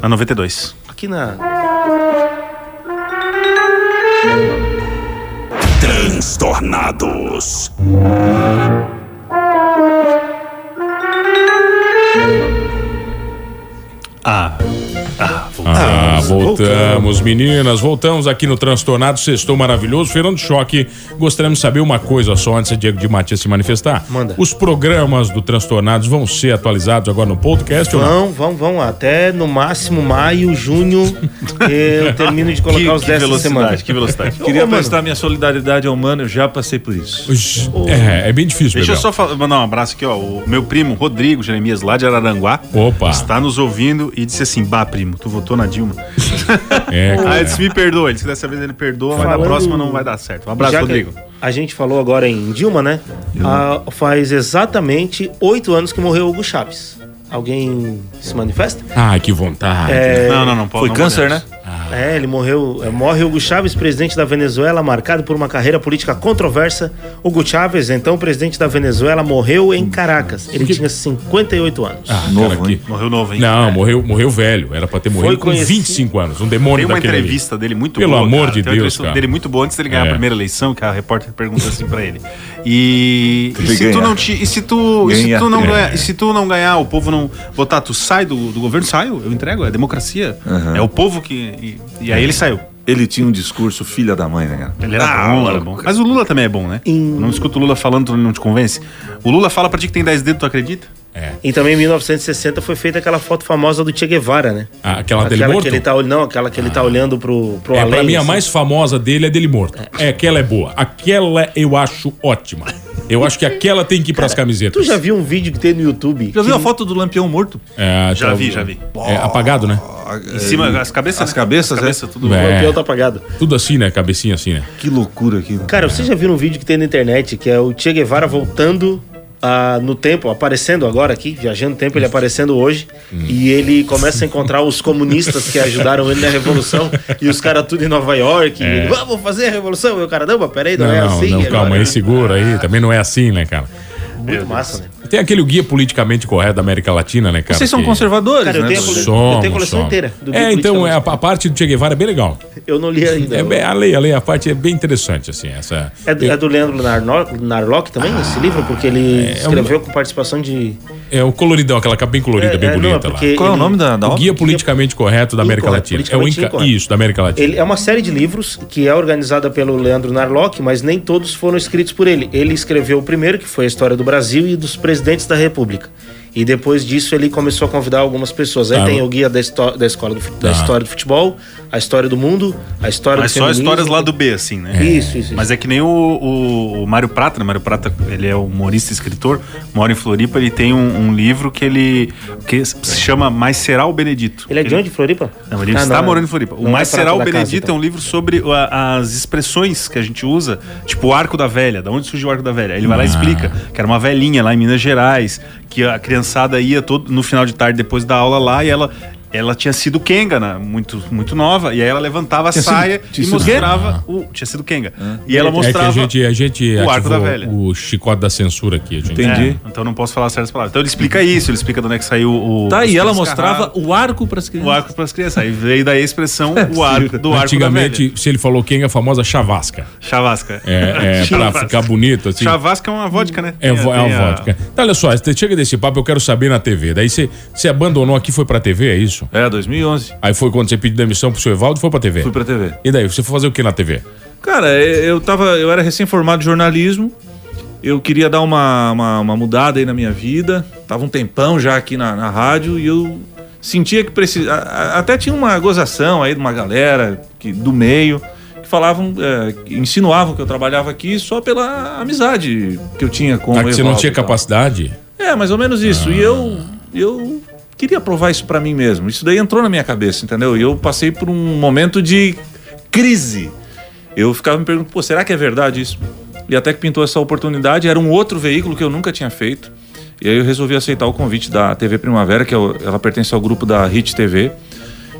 [SPEAKER 9] Na 92.
[SPEAKER 2] Aqui na.
[SPEAKER 18] Transtornados.
[SPEAKER 9] Ah. Ah,
[SPEAKER 6] Ah, voltamos, meninas. Voltamos aqui no Transtornado Sextou Maravilhoso. Fernando Choque, gostaríamos de saber uma coisa só antes de Diego de Matias se manifestar.
[SPEAKER 2] Manda.
[SPEAKER 6] Os programas do Transtornados vão ser atualizados agora no podcast ou não?
[SPEAKER 2] Vão, vão, vão. Até no máximo maio, junho, eu termino de colocar os 10 da semana.
[SPEAKER 8] Eu Queria
[SPEAKER 2] Ô, mano,
[SPEAKER 8] prestar minha solidariedade ao mano, eu já passei por isso.
[SPEAKER 6] É, é bem difícil,
[SPEAKER 9] Deixa eu
[SPEAKER 6] Bebel.
[SPEAKER 9] só fa- mandar um abraço aqui, ó. O meu primo, Rodrigo Jeremias, lá de Araranguá,
[SPEAKER 6] Opa.
[SPEAKER 9] está nos ouvindo e disse assim: Bah, primo, tu votou na Dilma.
[SPEAKER 6] É,
[SPEAKER 9] ah,
[SPEAKER 6] cara.
[SPEAKER 9] ele disse: me perdoa. Ele disse que dessa vez ele perdoa, mas
[SPEAKER 2] Falando-
[SPEAKER 9] na próxima não vai dar certo. Um abraço,
[SPEAKER 2] já que
[SPEAKER 9] Rodrigo.
[SPEAKER 2] A gente falou agora em Dilma, né? Ah, faz exatamente oito anos que morreu Hugo Chaves. Alguém se manifesta?
[SPEAKER 6] Ai, que vontade.
[SPEAKER 2] É,
[SPEAKER 8] Foi câncer, né?
[SPEAKER 2] É, ele morreu. é, Morre Hugo Chávez, presidente da Venezuela, marcado por uma carreira política controversa. Hugo Chávez, então presidente da Venezuela, morreu em Caracas. Ele tinha 58 anos.
[SPEAKER 6] Ah,
[SPEAKER 8] Novo,
[SPEAKER 6] cara, que-
[SPEAKER 9] Morreu novo, hein?
[SPEAKER 6] Não, morreu, morreu velho. Era pra ter morrido com
[SPEAKER 2] conhecido-
[SPEAKER 6] 25 anos. Um demônio
[SPEAKER 9] Tem uma
[SPEAKER 6] daquele ali.
[SPEAKER 9] entrevista dele muito
[SPEAKER 6] Pelo
[SPEAKER 9] boa.
[SPEAKER 6] amor
[SPEAKER 9] cara. Tem
[SPEAKER 6] de
[SPEAKER 9] uma
[SPEAKER 6] Deus,
[SPEAKER 9] entrevista
[SPEAKER 6] cara.
[SPEAKER 9] dele muito boa antes dele ganhar
[SPEAKER 6] É.
[SPEAKER 9] a primeira eleição, que a repórter pergunta assim pra ele. E, e
[SPEAKER 8] Ele
[SPEAKER 9] se tu
[SPEAKER 8] ganhar.
[SPEAKER 9] não te, e se tu, e se
[SPEAKER 8] Ganhar.
[SPEAKER 9] tu não
[SPEAKER 8] É.
[SPEAKER 9] ganhar, e se tu não ganhar, o povo não votar, tu sai do, do governo, saio, eu entrego, é democracia.
[SPEAKER 8] Aham.
[SPEAKER 9] É o povo que e, e
[SPEAKER 6] É.
[SPEAKER 9] aí ele saiu.
[SPEAKER 8] Ele tinha um discurso filha da mãe, né, cara?
[SPEAKER 9] Ele era
[SPEAKER 6] Ah,
[SPEAKER 9] bom, era bom. Mas o Lula também é bom, né? Eu Não escuta o Lula falando, tu não te convence. O Lula fala pra ti que tem 10 dedos, tu acredita?
[SPEAKER 2] E também em 1960 foi feita aquela foto famosa do Che Guevara, né?
[SPEAKER 6] Ah, aquela dele
[SPEAKER 2] aquela
[SPEAKER 6] morto? Ah.
[SPEAKER 2] que ele tá, olh- não, aquela que ele tá olhando pro, pro
[SPEAKER 6] É,
[SPEAKER 2] além.
[SPEAKER 6] pra mim, a
[SPEAKER 2] assim.
[SPEAKER 6] mais famosa dele é dele morto. É, aquela é boa. Aquela eu acho ótima. Eu acho que aquela tem que ir pras
[SPEAKER 2] Tu
[SPEAKER 6] camisetas.
[SPEAKER 2] já viu um vídeo que tem no YouTube?
[SPEAKER 8] Já
[SPEAKER 2] que-
[SPEAKER 8] viu a foto do Lampião morto?
[SPEAKER 6] É,
[SPEAKER 9] Já
[SPEAKER 6] tá-
[SPEAKER 9] vi, já vi.
[SPEAKER 6] É, apagado, né?
[SPEAKER 9] Em cima, as cabeças.
[SPEAKER 8] As cabeças,
[SPEAKER 9] né? Cabeça, tudo.
[SPEAKER 2] O
[SPEAKER 6] É.
[SPEAKER 2] campeão tá apagado.
[SPEAKER 6] Tudo assim, né? Cabecinha assim, né?
[SPEAKER 8] Ah, Que loucura aquilo.
[SPEAKER 2] Cara, vocês já viram um vídeo que tem na internet que é o Che Guevara voltando ah, no tempo, aparecendo agora aqui, viajando no tempo, ele aparecendo hoje,
[SPEAKER 6] Hum.
[SPEAKER 2] e ele começa a encontrar os comunistas que ajudaram ele na Revolução, e os caras tudo em Nova York, e
[SPEAKER 6] É.
[SPEAKER 2] ele, vamos fazer a Revolução, meu caramba, peraí, não,
[SPEAKER 6] Não,
[SPEAKER 2] é
[SPEAKER 6] não,
[SPEAKER 2] assim.
[SPEAKER 6] não,
[SPEAKER 2] agora."
[SPEAKER 6] calma aí, segura aí. Também não é assim, né, cara?
[SPEAKER 2] Muito massa, né?
[SPEAKER 6] Tem aquele guia politicamente correto da América Latina, né, cara?
[SPEAKER 8] Vocês são
[SPEAKER 6] que-
[SPEAKER 8] conservadores,
[SPEAKER 2] Cara, eu
[SPEAKER 8] né?
[SPEAKER 2] tenho a
[SPEAKER 8] Dudu?
[SPEAKER 2] cole-
[SPEAKER 6] Somos,
[SPEAKER 2] eu tenho a coleção
[SPEAKER 6] somos.
[SPEAKER 2] inteira do
[SPEAKER 6] É,
[SPEAKER 2] Guia
[SPEAKER 6] então é, a,
[SPEAKER 2] Politicamente
[SPEAKER 6] a parte do Che Guevara é bem legal.
[SPEAKER 2] Eu não li ainda.
[SPEAKER 6] É, bem- a lei, a lei, a parte é bem interessante, assim. Essa,
[SPEAKER 2] É do, é do Leandro Narno- Narlock
[SPEAKER 6] Ah.
[SPEAKER 2] também, esse livro? Porque ele
[SPEAKER 6] um
[SPEAKER 2] escreveu com participação de.
[SPEAKER 6] É o coloridão, aquela capa bem colorida,
[SPEAKER 2] É,
[SPEAKER 6] bem
[SPEAKER 2] é, não,
[SPEAKER 6] bonita lá.
[SPEAKER 2] porque
[SPEAKER 8] Qual é o
[SPEAKER 2] ele-
[SPEAKER 8] nome da, da
[SPEAKER 6] O
[SPEAKER 8] obra?
[SPEAKER 6] Guia Politicamente Correto da América
[SPEAKER 2] Incorreto,
[SPEAKER 6] Latina. É o
[SPEAKER 2] politicamente
[SPEAKER 6] Inca...
[SPEAKER 2] incorreto.
[SPEAKER 6] Isso, da América Latina.
[SPEAKER 2] Ele é uma série de livros que é organizada pelo Leandro Narlock, mas nem todos foram escritos por ele. Ele escreveu o primeiro, que foi a história do Brasil e dos presidentes da República. E depois disso ele começou a convidar algumas pessoas. Aí
[SPEAKER 7] Ah,
[SPEAKER 2] tem o guia da, histó- da, escola do fu- da
[SPEAKER 7] Tá.
[SPEAKER 2] história do futebol, a história do mundo, a história
[SPEAKER 7] Mas
[SPEAKER 2] do
[SPEAKER 7] só
[SPEAKER 2] feminismo.
[SPEAKER 7] histórias lá do B, assim, né?
[SPEAKER 2] É. Isso, isso,
[SPEAKER 7] Mas é que nem o, o, o Mário Prata, né? Mário Prata, ele é humorista e escritor, mora em Floripa, ele tem um, um livro que ele que se chama Mais Será o Benedito.
[SPEAKER 2] Ele é de onde, Floripa?
[SPEAKER 7] Não, ele
[SPEAKER 2] Ah,
[SPEAKER 7] está
[SPEAKER 2] não,
[SPEAKER 7] morando em Floripa.
[SPEAKER 2] não
[SPEAKER 7] O
[SPEAKER 2] é
[SPEAKER 7] Mais
[SPEAKER 2] Prata
[SPEAKER 7] Será o
[SPEAKER 2] da casa,
[SPEAKER 7] Benedito é
[SPEAKER 2] então.
[SPEAKER 7] um livro sobre a- as expressões que a gente usa, tipo o Arco da Velha, da onde surgiu o Arco da Velha. Ele vai lá e
[SPEAKER 19] Ah.
[SPEAKER 7] explica que era uma velhinha lá em Minas Gerais, que a criançada ia todo no final de tarde depois da aula lá e ela ela tinha sido Kenga, né? muito, muito nova, e aí ela levantava a
[SPEAKER 6] Tinha sido-
[SPEAKER 7] saia
[SPEAKER 6] tinha
[SPEAKER 7] e
[SPEAKER 6] sido
[SPEAKER 7] mostrava o. Tinha sido Kenga. E ela
[SPEAKER 6] É
[SPEAKER 7] mostrava
[SPEAKER 6] que a gente, a gente
[SPEAKER 7] o arco da
[SPEAKER 6] ativou
[SPEAKER 7] velha.
[SPEAKER 6] o chicote da censura aqui. A gente.
[SPEAKER 7] É, então não posso falar certas palavras. Então ele explica isso, ele explica de onde é que saiu o.
[SPEAKER 6] Tá,
[SPEAKER 7] os
[SPEAKER 6] e ela
[SPEAKER 7] três
[SPEAKER 6] mostrava
[SPEAKER 7] carrados.
[SPEAKER 20] o arco para as
[SPEAKER 7] O arco para as crianças. Aí veio daí a expressão
[SPEAKER 6] É,
[SPEAKER 7] o arco do arco da velha.
[SPEAKER 6] Antigamente, se ele falou quem é a famosa chavasca.
[SPEAKER 7] Chavasca.
[SPEAKER 6] É, é pra
[SPEAKER 7] Chavasca.
[SPEAKER 6] ficar bonito, assim.
[SPEAKER 7] Chavasca é uma vodka, né?
[SPEAKER 6] É, vo- é
[SPEAKER 7] Tem
[SPEAKER 6] uma
[SPEAKER 7] a-
[SPEAKER 6] vodka. Então, olha só, você chega desse papo, eu quero saber na TV. Daí você você abandonou aqui, foi pra TV, é isso?
[SPEAKER 9] É, 2011.
[SPEAKER 6] Aí foi quando você pediu demissão pro seu Evaldo, foi pra TV?
[SPEAKER 9] Fui pra TV.
[SPEAKER 6] E daí, você foi fazer o que na TV?
[SPEAKER 9] Cara, eu eu tava. Eu era recém-formado de jornalismo. Eu queria dar uma, uma, uma mudada aí na minha vida. Tava um tempão já aqui na, na rádio e eu sentia que precisava. Até tinha uma gozação aí de uma galera que, do meio que falavam, é, que insinuavam que eu trabalhava aqui só pela amizade que eu tinha com
[SPEAKER 6] Ah, que você não
[SPEAKER 9] Evaldo
[SPEAKER 6] tinha
[SPEAKER 9] e tal.
[SPEAKER 6] capacidade?
[SPEAKER 9] É, mais ou menos isso. E eu, eu queria provar isso pra mim mesmo. Isso daí entrou na minha cabeça, entendeu? E eu passei por um momento de crise. Eu ficava me perguntando, pô, será que é verdade isso? E até que pintou essa oportunidade, era um outro veículo que eu nunca tinha feito. E aí eu resolvi aceitar o convite da TV Primavera, que é o- ela pertence ao grupo da Hit TV.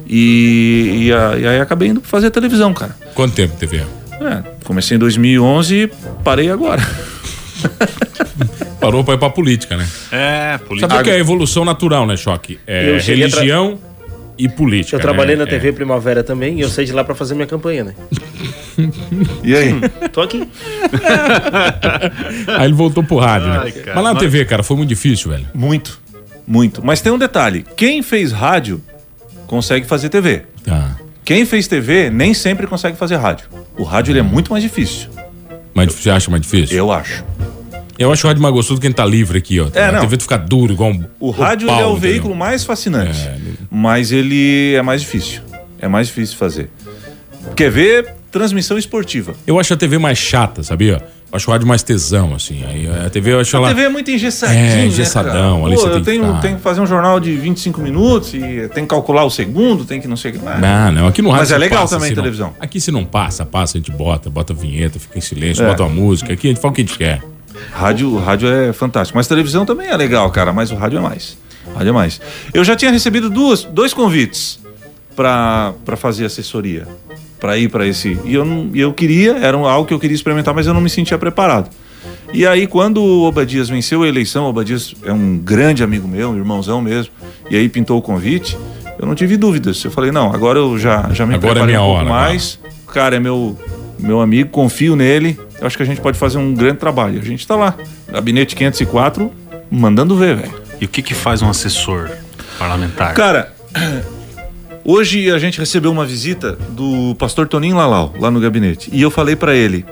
[SPEAKER 9] E, e a- e aí acabei indo fazer televisão, cara.
[SPEAKER 6] Quanto tempo TV?
[SPEAKER 9] É, comecei em 2011 e parei agora.
[SPEAKER 6] Parou pra ir pra política, né?
[SPEAKER 7] É, política.
[SPEAKER 6] Sabe o que é a evolução natural, né, Choque? É
[SPEAKER 2] Eu cheguei a tra-
[SPEAKER 6] religião e política.
[SPEAKER 2] Eu
[SPEAKER 7] É,
[SPEAKER 2] trabalhei
[SPEAKER 6] né?
[SPEAKER 2] na TV Primavera também e eu saí de lá pra fazer minha campanha, né?
[SPEAKER 9] E aí?
[SPEAKER 2] Tô aqui.
[SPEAKER 6] É. Aí ele voltou pro rádio, né?
[SPEAKER 9] Ai, cara,
[SPEAKER 6] Mas lá na
[SPEAKER 9] mas-
[SPEAKER 6] TV, cara, foi muito difícil, velho.
[SPEAKER 9] Muito, muito. Mas tem um detalhe: quem fez rádio consegue fazer TV.
[SPEAKER 6] Tá.
[SPEAKER 9] Quem fez TV nem sempre consegue fazer rádio. O rádio ele é muito mais difícil.
[SPEAKER 6] Mas você acha mais difícil?
[SPEAKER 9] Eu acho.
[SPEAKER 6] Eu acho o rádio mais gostoso do que a gente tá livre aqui, ó.
[SPEAKER 9] É,
[SPEAKER 6] na
[SPEAKER 9] não.
[SPEAKER 6] TV tu fica duro, igual um.
[SPEAKER 9] O rádio ele é o veículo mais fascinante,
[SPEAKER 6] É,
[SPEAKER 9] mas ele é mais difícil. É mais difícil de fazer. Quer ver? Transmissão esportiva.
[SPEAKER 6] Eu acho a TV mais chata, sabia? Eu acho o rádio mais tesão, assim. Aí a TV eu acho
[SPEAKER 9] A
[SPEAKER 6] ela.
[SPEAKER 9] TV é muito engessadinha.
[SPEAKER 6] É,
[SPEAKER 9] né,
[SPEAKER 6] engessadão,
[SPEAKER 9] cara?
[SPEAKER 6] ali
[SPEAKER 9] Pô,
[SPEAKER 6] você tem
[SPEAKER 9] eu
[SPEAKER 6] que
[SPEAKER 9] tenho,
[SPEAKER 6] ficar-
[SPEAKER 9] tenho que fazer um jornal de 25 minutos e tem que calcular o segundo, tem que não sei o que. mais.
[SPEAKER 6] Ah, Não, não. Aqui no rádio.
[SPEAKER 9] Mas é
[SPEAKER 6] se
[SPEAKER 9] legal
[SPEAKER 6] passa,
[SPEAKER 9] também
[SPEAKER 6] se
[SPEAKER 9] a
[SPEAKER 6] não-
[SPEAKER 9] televisão.
[SPEAKER 6] Aqui se não passa, passa, a gente bota, bota a vinheta, fica em silêncio,
[SPEAKER 9] É.
[SPEAKER 6] bota uma música. Aqui a gente fala o que a gente quer.
[SPEAKER 9] Rádio, rádio é fantástico. Mas televisão também é legal, cara. Mas o rádio é mais. Rádio é mais. Eu já tinha recebido duas, dois convites pra pra fazer assessoria. pra ir pra esse. E eu, não, e eu queria, era um- algo que eu queria experimentar, mas eu não me sentia preparado. E aí, quando o Obadias venceu a eleição, o Obadias é um grande amigo meu, um irmãozão mesmo, e aí pintou o convite, eu não tive dúvidas. Eu falei, não, agora eu já, já me
[SPEAKER 6] Agora é
[SPEAKER 9] preparei
[SPEAKER 6] minha
[SPEAKER 9] um pouco
[SPEAKER 6] hora,
[SPEAKER 9] mais. O cara é meu, meu amigo, confio nele. Eu acho que a gente pode fazer um grande trabalho. A gente tá lá, gabinete 504, mandando ver, velho.
[SPEAKER 7] E o que, que faz um assessor parlamentar?
[SPEAKER 9] Cara, hoje a gente recebeu uma visita do pastor Toninho Lalau, lá no gabinete. E eu falei pra ele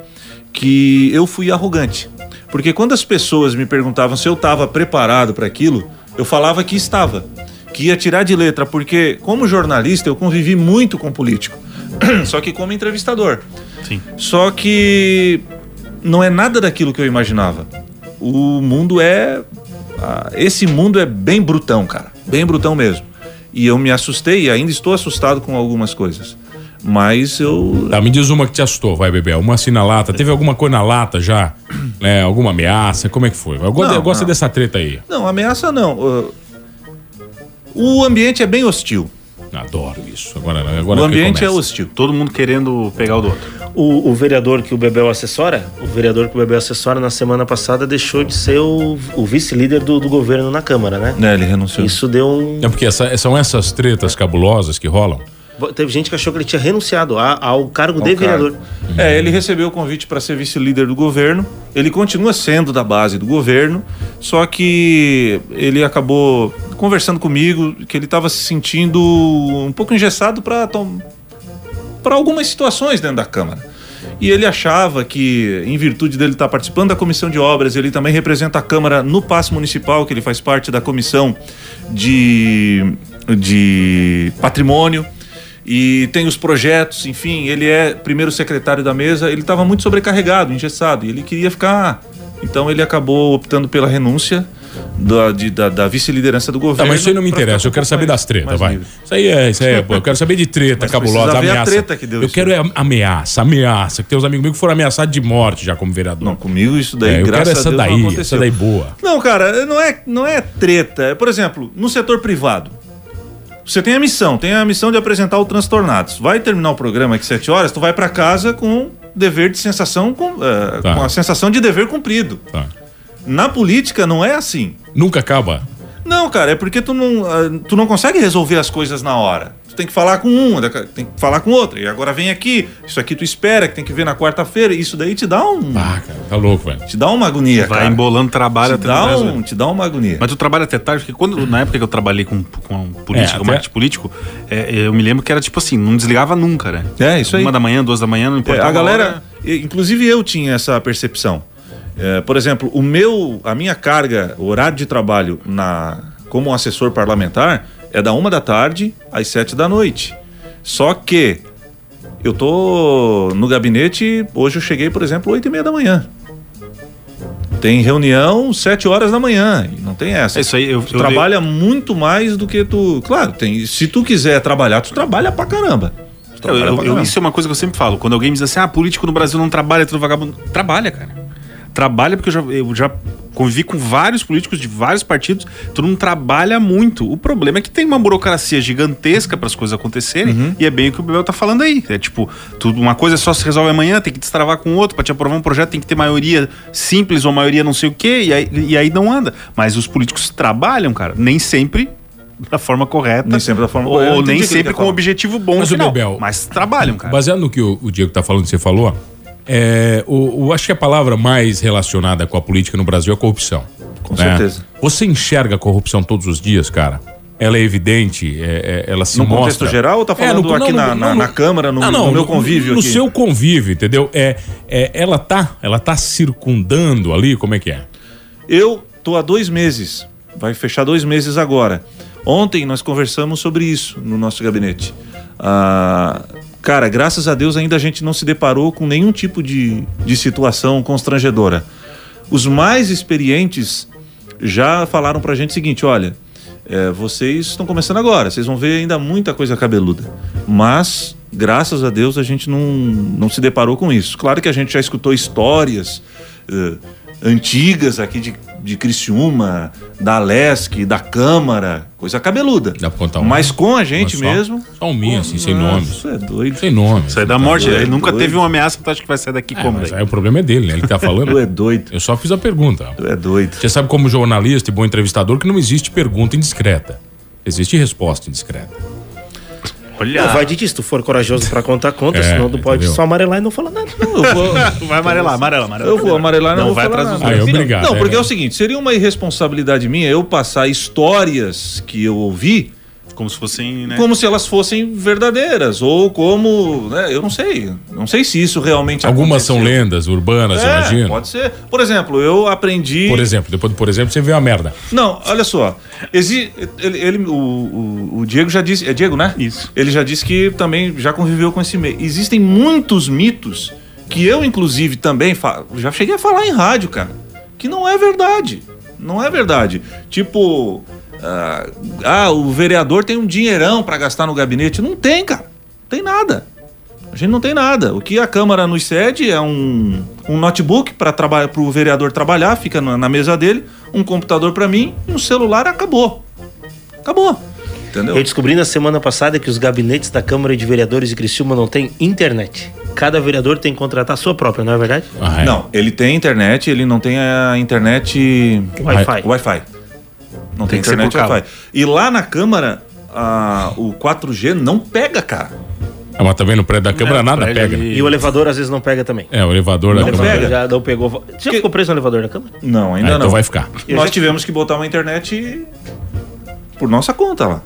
[SPEAKER 9] que eu fui arrogante. Porque quando as pessoas me perguntavam se eu estava preparado para aquilo, eu falava que estava. Que ia tirar de letra, porque como jornalista eu convivi muito com político. Só que como entrevistador.
[SPEAKER 7] Sim.
[SPEAKER 9] Só que não é nada daquilo que eu imaginava. O mundo é. ah, Esse mundo é bem brutão, cara. Bem brutão mesmo. E eu me assustei e ainda estou assustado com algumas coisas. Mas eu.
[SPEAKER 6] Tá, me diz uma que te assustou, vai, Bebel. Uma assim na lata. Teve alguma coisa na lata já? Né? Alguma ameaça? Como é que foi? Eu gosto,
[SPEAKER 9] Não,
[SPEAKER 6] eu gosto
[SPEAKER 9] não.
[SPEAKER 6] dessa treta aí.
[SPEAKER 9] Não, ameaça não. Uh, O ambiente é bem hostil.
[SPEAKER 6] Adoro isso. Agora, agora
[SPEAKER 9] o ambiente é
[SPEAKER 6] o
[SPEAKER 9] hostil.
[SPEAKER 7] Todo mundo querendo pegar o do outro.
[SPEAKER 2] O, o vereador que o Bebel assessora, o vereador que o Bebel assessora na semana passada deixou de ser o, o vice-líder do, do governo na Câmara, né?
[SPEAKER 7] É,
[SPEAKER 9] Né, ele renunciou.
[SPEAKER 2] Isso deu um.
[SPEAKER 6] É porque essa- são essas tretas cabulosas que rolam.
[SPEAKER 2] Bo- Teve gente que achou que ele tinha renunciado a- ao cargo
[SPEAKER 9] Ao
[SPEAKER 2] de
[SPEAKER 9] cargo.
[SPEAKER 2] vereador.
[SPEAKER 9] É, ele recebeu o convite para ser vice-líder do governo. Ele continua sendo da base do governo, só que ele acabou conversando comigo que ele estava se sentindo um pouco engessado para para algumas situações dentro da Câmara. E ele achava que, em virtude dele estar participando da comissão de obras, ele também representa a Câmara no Passo Municipal, que ele faz parte da comissão de, de patrimônio. E tem os projetos, enfim, ele é primeiro secretário da mesa, ele estava muito sobrecarregado, engessado, e ele queria ficar. Então ele acabou optando pela renúncia da, de- da- da vice-liderança do governo.
[SPEAKER 6] Tá, mas isso aí não me
[SPEAKER 9] pra
[SPEAKER 6] interessa, eu quero saber das tretas, vai. Isso aí é, isso aí é, pô, eu quero saber de treta
[SPEAKER 9] Mas
[SPEAKER 6] cabulosa,
[SPEAKER 9] precisa ver a
[SPEAKER 6] ameaça.
[SPEAKER 9] treta que deu
[SPEAKER 6] eu
[SPEAKER 9] isso
[SPEAKER 6] quero é ameaça, ameaça, que tem uns amigos meus que foram ameaçados de morte já como vereador. Não,
[SPEAKER 9] comigo isso daí,
[SPEAKER 6] eu
[SPEAKER 9] graças
[SPEAKER 6] quero
[SPEAKER 9] a
[SPEAKER 6] essa
[SPEAKER 9] Deus, não
[SPEAKER 6] daí,
[SPEAKER 9] aconteceu.
[SPEAKER 6] essa daí boa.
[SPEAKER 9] Não, cara, não é, não é treta. Por exemplo, no setor privado. Você tem a missão, tem a missão de apresentar o Transtornados. Vai terminar o programa aqui 7 horas, tu vai pra casa com dever de sensação, com, eh,
[SPEAKER 6] Tá,
[SPEAKER 9] com a sensação de dever cumprido. Na política não é assim.
[SPEAKER 6] Nunca acaba.
[SPEAKER 9] Não, cara, é porque tu não, ah, tu não consegue resolver as coisas na hora. Tu tem que falar com um, daca- tem que falar com outro. E agora vem aqui, isso aqui tu espera, que tem que ver na quarta-feira. Isso daí te dá um.
[SPEAKER 6] Ah, cara, tá louco, velho.
[SPEAKER 9] Te dá uma agonia,
[SPEAKER 7] Vai
[SPEAKER 9] cara.
[SPEAKER 7] embolando trabalho
[SPEAKER 9] Te
[SPEAKER 7] até
[SPEAKER 9] dá
[SPEAKER 7] no
[SPEAKER 9] um-
[SPEAKER 7] Brasil.
[SPEAKER 9] Te dá uma agonia.
[SPEAKER 7] Mas tu trabalha até tarde, porque quando, na época que eu trabalhei com, com um
[SPEAKER 9] É,
[SPEAKER 7] político,
[SPEAKER 9] até-
[SPEAKER 7] com marketing político, é, eu me lembro que era tipo assim, não desligava nunca, né?
[SPEAKER 9] É, isso aí.
[SPEAKER 7] Uma da manhã, duas da manhã, não
[SPEAKER 9] É,
[SPEAKER 7] importava.
[SPEAKER 9] a
[SPEAKER 7] hora.
[SPEAKER 9] galera, e- inclusive eu tinha essa percepção. É, por exemplo, o meu, a minha carga, o horário de trabalho na, como assessor parlamentar é da uma da tarde às sete da noite. Só que eu tô no gabinete, hoje eu cheguei, por exemplo, oito e meia da manhã. Tem reunião sete horas da manhã, e não tem essa.
[SPEAKER 7] É isso aí, eu-
[SPEAKER 9] tu
[SPEAKER 7] eu
[SPEAKER 9] trabalha muito mais do que tu. Claro, tem. Se tu quiser trabalhar, tu trabalha pra caramba. Tu
[SPEAKER 7] Eu-
[SPEAKER 9] trabalha
[SPEAKER 7] eu-
[SPEAKER 9] pra
[SPEAKER 7] eu-
[SPEAKER 9] caramba.
[SPEAKER 7] isso é uma coisa que eu sempre falo. Quando alguém me diz assim, ah, político no Brasil não trabalha, é tudo vagabundo. Trabalha, cara. Trabalha, porque eu já, eu já convivi com vários políticos de vários partidos, todo mundo trabalha muito. O problema é que tem uma burocracia gigantesca para as coisas acontecerem,
[SPEAKER 9] Uhum.
[SPEAKER 7] e é bem o que o Bebel tá falando aí. É tipo, tudo, uma coisa só se resolve amanhã, tem que destravar com outro, para te aprovar um projeto tem que ter maioria simples ou maioria não sei o quê, e aí, e aí não anda. Mas os políticos trabalham, cara, nem sempre da forma correta.
[SPEAKER 9] Nem sempre da forma
[SPEAKER 7] ou,
[SPEAKER 9] correta. Eu
[SPEAKER 7] Ou
[SPEAKER 9] entendi o
[SPEAKER 7] nem
[SPEAKER 9] que ele
[SPEAKER 7] sempre
[SPEAKER 9] quer
[SPEAKER 7] com o
[SPEAKER 9] falar.
[SPEAKER 7] objetivo bom
[SPEAKER 6] Mas
[SPEAKER 7] no
[SPEAKER 6] o
[SPEAKER 7] final.
[SPEAKER 6] Bebel-
[SPEAKER 7] Mas trabalham, cara.
[SPEAKER 6] Baseado no que o, o Diego tá falando, que você falou, é, o, o- acho que a palavra mais relacionada com a política no Brasil é corrupção. Com
[SPEAKER 9] certeza.
[SPEAKER 6] Você enxerga a corrupção todos os dias, cara? Ela é evidente, é- é- ela se
[SPEAKER 9] No
[SPEAKER 6] mostra. É,
[SPEAKER 9] contexto geral ou tá falando aqui na- na- na Câmara, no- no meu convívio
[SPEAKER 6] Ah, No
[SPEAKER 9] aqui?
[SPEAKER 6] seu convívio, entendeu? É, é, ela, tá, ela tá circundando ali, como é que é?
[SPEAKER 9] Eu tô há dois meses, vai fechar dois meses agora. Ontem nós conversamos sobre isso no nosso gabinete. Ah, cara, graças a Deus ainda a gente não se deparou com nenhum tipo de, de situação constrangedora. Os mais experientes já falaram pra gente o seguinte: olha, é, vocês estão começando agora, vocês vão ver ainda muita coisa cabeluda. Mas, graças a Deus, a gente não, não se deparou com isso. Claro que a gente já escutou histórias eh, antigas aqui de, de Criciúma, da Alesc, da Câmara, coisa cabeluda. Dá pra contar
[SPEAKER 7] Então,
[SPEAKER 6] uma?
[SPEAKER 9] Mas com a gente
[SPEAKER 6] Uma só?
[SPEAKER 9] mesmo.
[SPEAKER 6] um- Só um minha, assim, sem
[SPEAKER 9] Nossa,
[SPEAKER 6] nome.
[SPEAKER 9] Isso é doido.
[SPEAKER 6] Sem nome.
[SPEAKER 7] Isso aí dá morte,
[SPEAKER 9] doido,
[SPEAKER 7] ele nunca
[SPEAKER 9] doido.
[SPEAKER 7] teve uma ameaça, tu acha que vai sair daqui como?
[SPEAKER 6] Mas
[SPEAKER 7] daí?
[SPEAKER 6] aí o problema é dele, né? Ele tá falando.
[SPEAKER 7] um-
[SPEAKER 9] Tu é doido.
[SPEAKER 6] Eu só fiz a pergunta.
[SPEAKER 9] Tu é doido.
[SPEAKER 6] Você sabe, como jornalista e bom entrevistador, que não existe pergunta indiscreta. Existe resposta indiscreta.
[SPEAKER 7] Olha.
[SPEAKER 2] Não, vai de disso, tu for corajoso pra contar, conta,
[SPEAKER 6] É,
[SPEAKER 2] senão tu pode
[SPEAKER 6] entendeu?
[SPEAKER 2] só amarelar e não falar nada.
[SPEAKER 9] Não, eu vou.
[SPEAKER 7] Vai amarelar, amarela, amarela.
[SPEAKER 9] Eu vou amarelar, não,
[SPEAKER 7] Não
[SPEAKER 9] vou
[SPEAKER 7] vai
[SPEAKER 9] falar
[SPEAKER 7] atrás dos
[SPEAKER 9] nada.
[SPEAKER 7] dois.
[SPEAKER 9] Não,
[SPEAKER 7] Obrigado,
[SPEAKER 9] Não,
[SPEAKER 7] é,
[SPEAKER 9] porque é
[SPEAKER 7] né?
[SPEAKER 9] o seguinte, seria uma irresponsabilidade minha eu passar histórias que eu ouvi
[SPEAKER 7] Como se fossem, né?
[SPEAKER 9] como se elas fossem verdadeiras ou como, né, eu não sei, não sei se isso realmente
[SPEAKER 6] Algumas
[SPEAKER 9] aconteceu.
[SPEAKER 6] são lendas urbanas,
[SPEAKER 9] É,
[SPEAKER 6] imagina.
[SPEAKER 9] Pode ser. Por exemplo, eu aprendi
[SPEAKER 6] Por exemplo, depois do por exemplo, você vê uma merda.
[SPEAKER 9] Não, olha só. Exi- ele, ele- o, o- o Diego já disse. É Diego, né? Isso. Ele já disse que também já conviveu com esse meio. Existem muitos mitos que eu, inclusive, também fa- já cheguei a falar em rádio, cara. Que não é verdade. Não é verdade. Tipo. ah, ah, o vereador tem um dinheirão pra gastar no gabinete. Não tem, cara. Não tem nada. A gente não tem nada. O que a Câmara nos cede é um, um notebook para o vereador trabalhar, fica na, na mesa dele, um computador para mim, um celular, acabou. Acabou. Entendeu?
[SPEAKER 2] Eu descobri na semana passada que os gabinetes da Câmara de Vereadores de Criciúma não têm internet. Cada vereador tem que contratar a sua própria, não é verdade?
[SPEAKER 6] Ah,
[SPEAKER 9] Não, ele tem internet, ele não tem a internet.
[SPEAKER 2] Wi-Fi.
[SPEAKER 9] Wi-Fi. Não tem,
[SPEAKER 7] Tem que ser
[SPEAKER 9] internet
[SPEAKER 7] por cabo.
[SPEAKER 9] Wi-Fi. E lá na Câmara, a- o 4G não pega, cara.
[SPEAKER 6] Ah, mas também no prédio da Câmara nada pega. né?
[SPEAKER 2] E o elevador às vezes não pega também.
[SPEAKER 6] É, o elevador da
[SPEAKER 2] Não
[SPEAKER 6] Câmara.
[SPEAKER 2] pega. Já não pegou. Já ficou preso no elevador da Câmara?
[SPEAKER 9] Não,
[SPEAKER 6] Ah,
[SPEAKER 9] ainda
[SPEAKER 6] então
[SPEAKER 9] não.
[SPEAKER 6] vai ficar.
[SPEAKER 9] Nós tivemos que botar uma internet por nossa conta lá.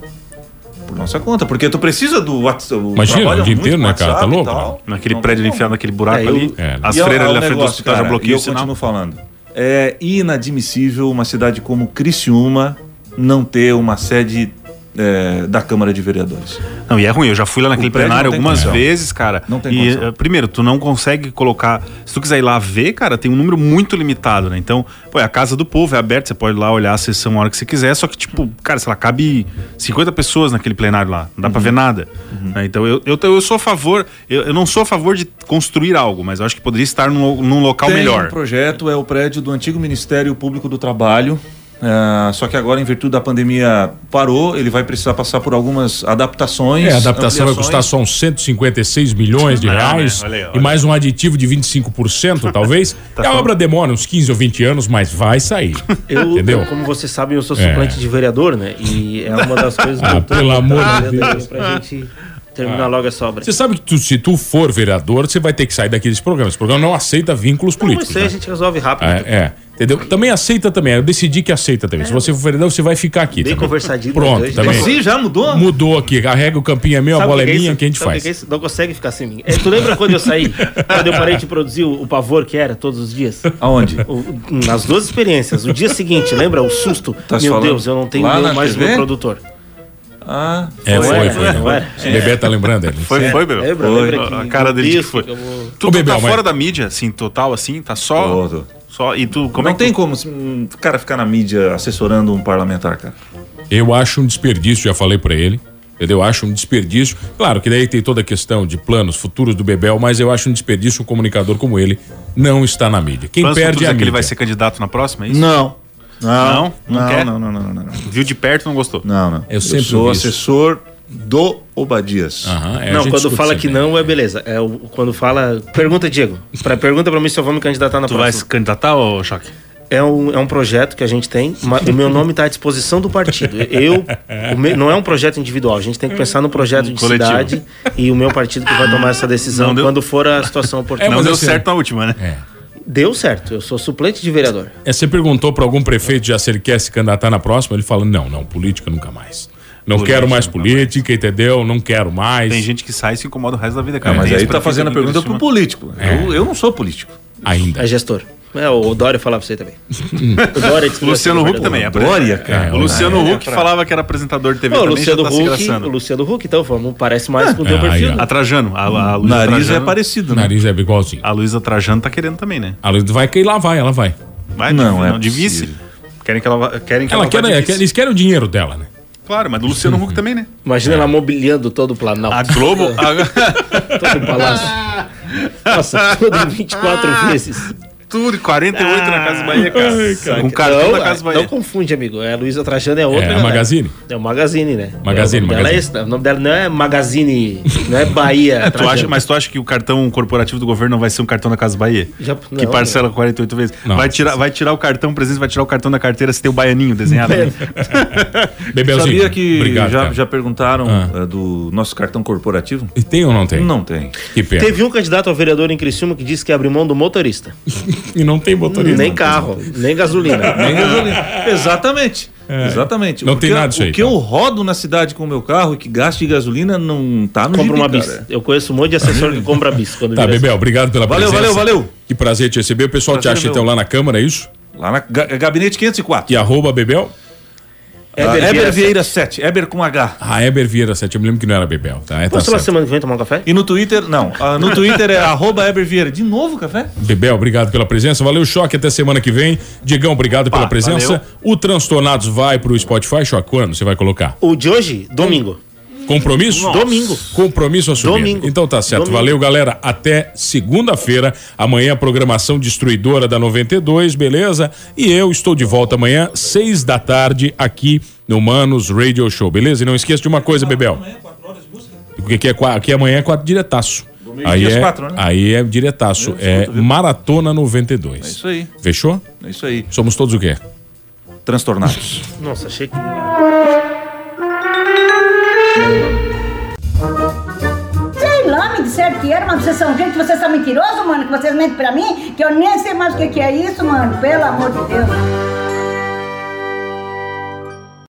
[SPEAKER 9] Por nossa conta, porque tu precisa do WhatsApp.
[SPEAKER 6] Imagina, o
[SPEAKER 9] trabalha
[SPEAKER 6] dia
[SPEAKER 9] muito
[SPEAKER 6] inteiro,
[SPEAKER 9] com
[SPEAKER 6] né, cara? Tá
[SPEAKER 9] WhatsApp e
[SPEAKER 6] louco?
[SPEAKER 9] tal.
[SPEAKER 7] Naquele
[SPEAKER 9] Não
[SPEAKER 7] prédio
[SPEAKER 9] tem
[SPEAKER 7] ele enfiado
[SPEAKER 9] como.
[SPEAKER 7] naquele buraco
[SPEAKER 9] É,
[SPEAKER 7] ali.
[SPEAKER 9] eu- É,
[SPEAKER 7] As
[SPEAKER 9] e é-
[SPEAKER 7] freiras
[SPEAKER 9] é
[SPEAKER 7] ali
[SPEAKER 9] um
[SPEAKER 7] na frente do
[SPEAKER 9] negócio,
[SPEAKER 7] hospital já
[SPEAKER 9] cara,
[SPEAKER 7] bloqueiam
[SPEAKER 9] e
[SPEAKER 7] o
[SPEAKER 9] Eu
[SPEAKER 7] sinal.
[SPEAKER 9] continuo falando. É inadmissível uma cidade como Criciúma não ter uma sede é, da Câmara de Vereadores.
[SPEAKER 7] Não, e é ruim, eu já fui lá naquele
[SPEAKER 9] O prédio
[SPEAKER 7] plenário
[SPEAKER 9] não tem
[SPEAKER 7] algumas
[SPEAKER 9] condição.
[SPEAKER 7] vezes, cara.
[SPEAKER 9] Não tem
[SPEAKER 7] e,
[SPEAKER 9] condição.
[SPEAKER 7] eh, primeiro, tu não consegue colocar. Se tu quiser ir lá ver, cara, tem um número muito limitado, né? Então, pô, é a casa do povo, é aberto, você pode ir lá olhar a sessão a hora que você quiser, só que, tipo, cara, sei lá, cabe 50 pessoas naquele plenário lá. Não dá pra ver nada. né? Então, eu, eu, eu sou a favor. Eu, eu não sou a favor de construir algo, mas eu acho que poderia estar num, num local
[SPEAKER 9] Tem
[SPEAKER 7] melhor.
[SPEAKER 9] um projeto, é o prédio do antigo Ministério Público do Trabalho. ah, só que agora, em virtude da pandemia, parou. Ele vai precisar passar por algumas adaptações.
[SPEAKER 6] É, a adaptação vai
[SPEAKER 9] ampliações.
[SPEAKER 6] custar só uns 156 milhões de
[SPEAKER 9] É, né?
[SPEAKER 6] reais
[SPEAKER 9] Olha aí, olha
[SPEAKER 6] e
[SPEAKER 9] aí.
[SPEAKER 6] mais um aditivo de 25%, talvez.
[SPEAKER 2] Tá
[SPEAKER 6] E a obra demora uns 15 ou 20 anos, mas vai sair.
[SPEAKER 2] Eu,
[SPEAKER 6] entendeu?
[SPEAKER 2] como vocês sabem, eu sou
[SPEAKER 6] É.
[SPEAKER 2] suplente de vereador, né? E é uma das coisas
[SPEAKER 6] Ah,
[SPEAKER 2] eu tô
[SPEAKER 6] pelo amor de
[SPEAKER 2] trabalhando aí
[SPEAKER 6] Deus.
[SPEAKER 2] Pra gente terminar
[SPEAKER 6] Ah.
[SPEAKER 2] logo essa obra.
[SPEAKER 6] Você sabe que tu- se tu for vereador, você vai ter que sair daqueles programas. Esse programa não aceita vínculos
[SPEAKER 2] Não,
[SPEAKER 6] políticos.
[SPEAKER 2] isso aí a
[SPEAKER 6] né?
[SPEAKER 2] gente resolve rápido.
[SPEAKER 6] É, é. Entendeu? Também aceita também. Eu decidi que aceita também. Se você for vereador, você vai ficar aqui.
[SPEAKER 2] É. Bem
[SPEAKER 6] também.
[SPEAKER 2] conversadinho.
[SPEAKER 6] Pronto,
[SPEAKER 2] Mas
[SPEAKER 6] também.
[SPEAKER 2] sim, já
[SPEAKER 9] mudou?
[SPEAKER 6] Mudou aqui. Carrega o campinho é meu, a
[SPEAKER 2] Sabe o
[SPEAKER 6] bola é
[SPEAKER 2] que é
[SPEAKER 6] minha,
[SPEAKER 2] isso?
[SPEAKER 6] que a gente
[SPEAKER 2] Sabe o
[SPEAKER 6] faz.
[SPEAKER 2] que é isso? Não consegue ficar sem mim. É, tu lembra quando eu saí? quando eu parei de produzir o, o pavor que era todos os dias?
[SPEAKER 9] Aonde?
[SPEAKER 2] O- nas duas experiências. O dia seguinte, lembra? O susto.
[SPEAKER 9] Tá se
[SPEAKER 2] meu
[SPEAKER 9] falando?
[SPEAKER 2] Deus, eu não tenho
[SPEAKER 9] Lá
[SPEAKER 2] nem
[SPEAKER 9] na
[SPEAKER 2] mais
[SPEAKER 9] TV?
[SPEAKER 2] meu produtor.
[SPEAKER 9] Ah,
[SPEAKER 6] É, foi, foi.
[SPEAKER 2] né?
[SPEAKER 6] foi.
[SPEAKER 2] Foi.
[SPEAKER 6] O Bebê tá lembrando ele.
[SPEAKER 7] Foi, foi, Bebel?
[SPEAKER 2] Lembra, lembra
[SPEAKER 7] A
[SPEAKER 2] que-
[SPEAKER 7] cara dele de que
[SPEAKER 2] isso,
[SPEAKER 7] foi.
[SPEAKER 2] que eu vou-
[SPEAKER 7] Tu, tu
[SPEAKER 6] Ô, Bebel,
[SPEAKER 7] tá
[SPEAKER 6] mas-
[SPEAKER 7] fora da mídia, assim, total, assim, tá só.
[SPEAKER 9] Todo.
[SPEAKER 7] só e tu, como
[SPEAKER 9] não
[SPEAKER 7] é que
[SPEAKER 9] tem como hum, o cara ficar na mídia assessorando um parlamentar, cara.
[SPEAKER 6] Eu acho um desperdício, já falei pra ele. Entendeu? Eu acho um desperdício. Claro que daí tem toda a questão de planos futuros do Bebel, mas eu acho um desperdício um comunicador como ele não está na mídia. Quem
[SPEAKER 7] Planos
[SPEAKER 6] perde
[SPEAKER 7] futuros
[SPEAKER 6] é a
[SPEAKER 7] que
[SPEAKER 6] mídia.
[SPEAKER 7] ele vai ser candidato na próxima, é isso?
[SPEAKER 9] Não.
[SPEAKER 7] Não? Não
[SPEAKER 9] Não,
[SPEAKER 7] quer?
[SPEAKER 9] não, não, não, não, não.
[SPEAKER 7] Viu de perto, não gostou.
[SPEAKER 9] Não, não.
[SPEAKER 6] Eu sempre
[SPEAKER 9] sou
[SPEAKER 6] ouvi isso.
[SPEAKER 9] assessor do Obadias.
[SPEAKER 6] é,
[SPEAKER 2] não, quando fala
[SPEAKER 6] né?
[SPEAKER 2] que não, é beleza. É o, quando fala. Pergunta, Diego. Pra, pergunta pra mim se eu vou me candidatar na
[SPEAKER 7] Tu vai
[SPEAKER 2] próxima.
[SPEAKER 7] se candidatar, ô Choque?
[SPEAKER 2] É um, é um projeto que a gente tem. ma- O meu nome está à disposição do partido. Eu o meu- não é um projeto individual. A gente tem que pensar no projeto de
[SPEAKER 7] Coletivo.
[SPEAKER 2] cidade e o meu partido que vai tomar essa decisão
[SPEAKER 7] Não deu-
[SPEAKER 2] quando for a situação
[SPEAKER 6] É,
[SPEAKER 2] oportuna.
[SPEAKER 7] não
[SPEAKER 6] assim,
[SPEAKER 7] deu
[SPEAKER 6] Tá
[SPEAKER 7] certo na última, né?
[SPEAKER 2] Deu certo. Eu sou suplente de vereador.
[SPEAKER 6] É, você perguntou pra algum prefeito já se ele quer se candidatar na próxima, ele fala: não, não, política nunca mais. Não
[SPEAKER 7] Política
[SPEAKER 6] quero mais política, entendeu? Não quero mais.
[SPEAKER 7] Tem gente que sai e se incomoda o resto da vida,
[SPEAKER 9] Ah,
[SPEAKER 7] cara.
[SPEAKER 9] mas
[SPEAKER 7] Tem
[SPEAKER 9] aí
[SPEAKER 7] esse
[SPEAKER 9] tá fazendo a
[SPEAKER 7] prefeito
[SPEAKER 9] pergunta
[SPEAKER 7] do
[SPEAKER 9] pro
[SPEAKER 7] Criciúma.
[SPEAKER 9] político.
[SPEAKER 6] É.
[SPEAKER 9] Eu, eu não sou político.
[SPEAKER 6] Ainda.
[SPEAKER 2] É gestor. É, o Dória falava pra você também. o Dória disse que
[SPEAKER 7] O Luciano
[SPEAKER 2] vai ser
[SPEAKER 7] Huck também é
[SPEAKER 2] governador.
[SPEAKER 7] Dória,
[SPEAKER 6] cara.
[SPEAKER 7] O Luciano
[SPEAKER 2] É,
[SPEAKER 7] Huck falava que era apresentador de TV
[SPEAKER 2] Pô, o
[SPEAKER 7] também,
[SPEAKER 2] Luciano
[SPEAKER 7] já tá se
[SPEAKER 2] Huck. O
[SPEAKER 7] engraçando.
[SPEAKER 2] Luciano Huck, então, vamos, parece mais com o teu
[SPEAKER 6] Ah,
[SPEAKER 2] perfil.
[SPEAKER 6] aí,
[SPEAKER 7] A Trajano, a, a
[SPEAKER 9] O
[SPEAKER 7] Luísa
[SPEAKER 9] nariz é
[SPEAKER 7] Trajano-
[SPEAKER 9] parecido,
[SPEAKER 6] O
[SPEAKER 9] né?
[SPEAKER 6] nariz é igualzinho.
[SPEAKER 7] A Luísa Trajano tá querendo também, né?
[SPEAKER 6] A Luísa vai que lá vai, ela vai.
[SPEAKER 7] Vai,
[SPEAKER 9] Não,
[SPEAKER 7] de,
[SPEAKER 9] é
[SPEAKER 7] de vice. Querem que ela vá- querem que
[SPEAKER 6] Ela
[SPEAKER 7] ela,
[SPEAKER 6] quer,
[SPEAKER 7] vá de
[SPEAKER 6] é,
[SPEAKER 7] vice.
[SPEAKER 6] eles querem o dinheiro dela, né?
[SPEAKER 7] Claro, mas do Luciano
[SPEAKER 9] Uhum.
[SPEAKER 7] Huck também, né?
[SPEAKER 2] Imagina ela mobiliando todo o Planalto.
[SPEAKER 7] A Globo. a-
[SPEAKER 2] Todo o palácio. Nossa, tudo em 24 vezes.
[SPEAKER 7] Tudo, 48 na Casa Bahia,
[SPEAKER 6] Ai,
[SPEAKER 7] cara.
[SPEAKER 6] cara.
[SPEAKER 7] Um cartão
[SPEAKER 2] não,
[SPEAKER 7] da Casa Bahia.
[SPEAKER 2] Não confunde, amigo. É a Luísa Trajano é outra.
[SPEAKER 6] É, a
[SPEAKER 2] galera.
[SPEAKER 6] Magazine.
[SPEAKER 2] É o Magazine, né?
[SPEAKER 6] Magazine,
[SPEAKER 2] o nome dela é
[SPEAKER 6] Magazine.
[SPEAKER 2] esse, né? o nome dela não é Magazine, não é Bahia.
[SPEAKER 7] É, tu
[SPEAKER 2] Trajano.
[SPEAKER 7] acha, mas tu acha que o cartão corporativo do governo não vai ser um cartão da Casa Bahia?
[SPEAKER 2] Já-
[SPEAKER 7] que
[SPEAKER 2] não,
[SPEAKER 7] parcela 48 vezes.
[SPEAKER 6] Não.
[SPEAKER 7] Vai tirar, vai tirar o cartão presente, vai tirar o cartão da carteira se tem o baianinho desenhado. né? ali.
[SPEAKER 6] Bebelzinho.
[SPEAKER 9] É, Sabia que
[SPEAKER 6] obrigado,
[SPEAKER 9] já,
[SPEAKER 6] cara.
[SPEAKER 9] já perguntaram
[SPEAKER 6] Ah.
[SPEAKER 9] eh, do nosso cartão corporativo?
[SPEAKER 6] E Tem ou não tem?
[SPEAKER 9] Não tem.
[SPEAKER 6] Que pena.
[SPEAKER 2] Teve um candidato a vereador em Criciúma que disse que abriu mão do motorista.
[SPEAKER 6] E não tem motorista.
[SPEAKER 2] nem carro, nem gasolina.
[SPEAKER 9] Nem gasolina. Exatamente. Exatamente.
[SPEAKER 6] É. Não
[SPEAKER 9] O
[SPEAKER 6] tem
[SPEAKER 9] que-
[SPEAKER 6] nada disso aí,
[SPEAKER 9] O que
[SPEAKER 6] então.
[SPEAKER 9] eu rodo na cidade com o meu carro e que gasto de gasolina não tá no
[SPEAKER 2] Compra
[SPEAKER 9] gibi,
[SPEAKER 2] uma
[SPEAKER 9] cara.
[SPEAKER 2] bis. Eu conheço um monte de assessor que compra bis. Quando
[SPEAKER 6] Tá,
[SPEAKER 2] vira
[SPEAKER 6] Bebel, obrigado pela
[SPEAKER 9] Valeu,
[SPEAKER 6] presença.
[SPEAKER 9] valeu, valeu.
[SPEAKER 6] Que prazer te receber. O pessoal
[SPEAKER 9] Prazer
[SPEAKER 6] te acha
[SPEAKER 9] meu.
[SPEAKER 6] então lá na Câmara, é isso?
[SPEAKER 9] Lá na ga- é gabinete 504.
[SPEAKER 6] E arroba Bebel?
[SPEAKER 9] Ah,
[SPEAKER 6] Tá
[SPEAKER 2] Vieira
[SPEAKER 9] Eber Vieira 7. Eber com H.
[SPEAKER 6] Ah, Eber Vieira 7. Eu me lembro que não era Bebel, tá? É, tá
[SPEAKER 2] Posso ir lá
[SPEAKER 6] certo.
[SPEAKER 2] semana que vem tomar um café?
[SPEAKER 9] E no Twitter, não. Ah, no Twitter é arroba Eber Vieira. De novo, café?
[SPEAKER 6] Bebel, obrigado pela presença. Valeu, Choque. Até semana que vem. Diegão, obrigado pela presença. O Transtornados vai pro Spotify, Choque. Quando você vai colocar?
[SPEAKER 2] O de hoje, domingo.
[SPEAKER 6] Compromisso?
[SPEAKER 2] Domingo.
[SPEAKER 6] Compromisso assumido.
[SPEAKER 2] Domingo.
[SPEAKER 6] Então tá certo.
[SPEAKER 2] Domingo.
[SPEAKER 6] Valeu, galera. Até segunda-feira. Amanhã a programação destruidora da 92, beleza? E eu estou de volta amanhã, seis da tarde, aqui no Manos Radio Show, beleza? E não esqueça de uma coisa, Bebel. Porque aqui, é, qua- aqui amanhã é quatro diretaço. Aí
[SPEAKER 9] dia às
[SPEAKER 6] é,
[SPEAKER 9] quatro, né?
[SPEAKER 6] aí é diretaço. É Maratona 92. É
[SPEAKER 9] isso aí.
[SPEAKER 6] Fechou?
[SPEAKER 9] É isso aí.
[SPEAKER 6] Somos todos o quê?
[SPEAKER 9] Transtornados.
[SPEAKER 2] Nossa, achei que.
[SPEAKER 5] Sei lá, me disseram que era, mas vocês são gente, vocês são mentirosos, mano, que vocês mentem pra mim, que eu nem sei mais o que, que é isso, mano, pelo amor de Deus.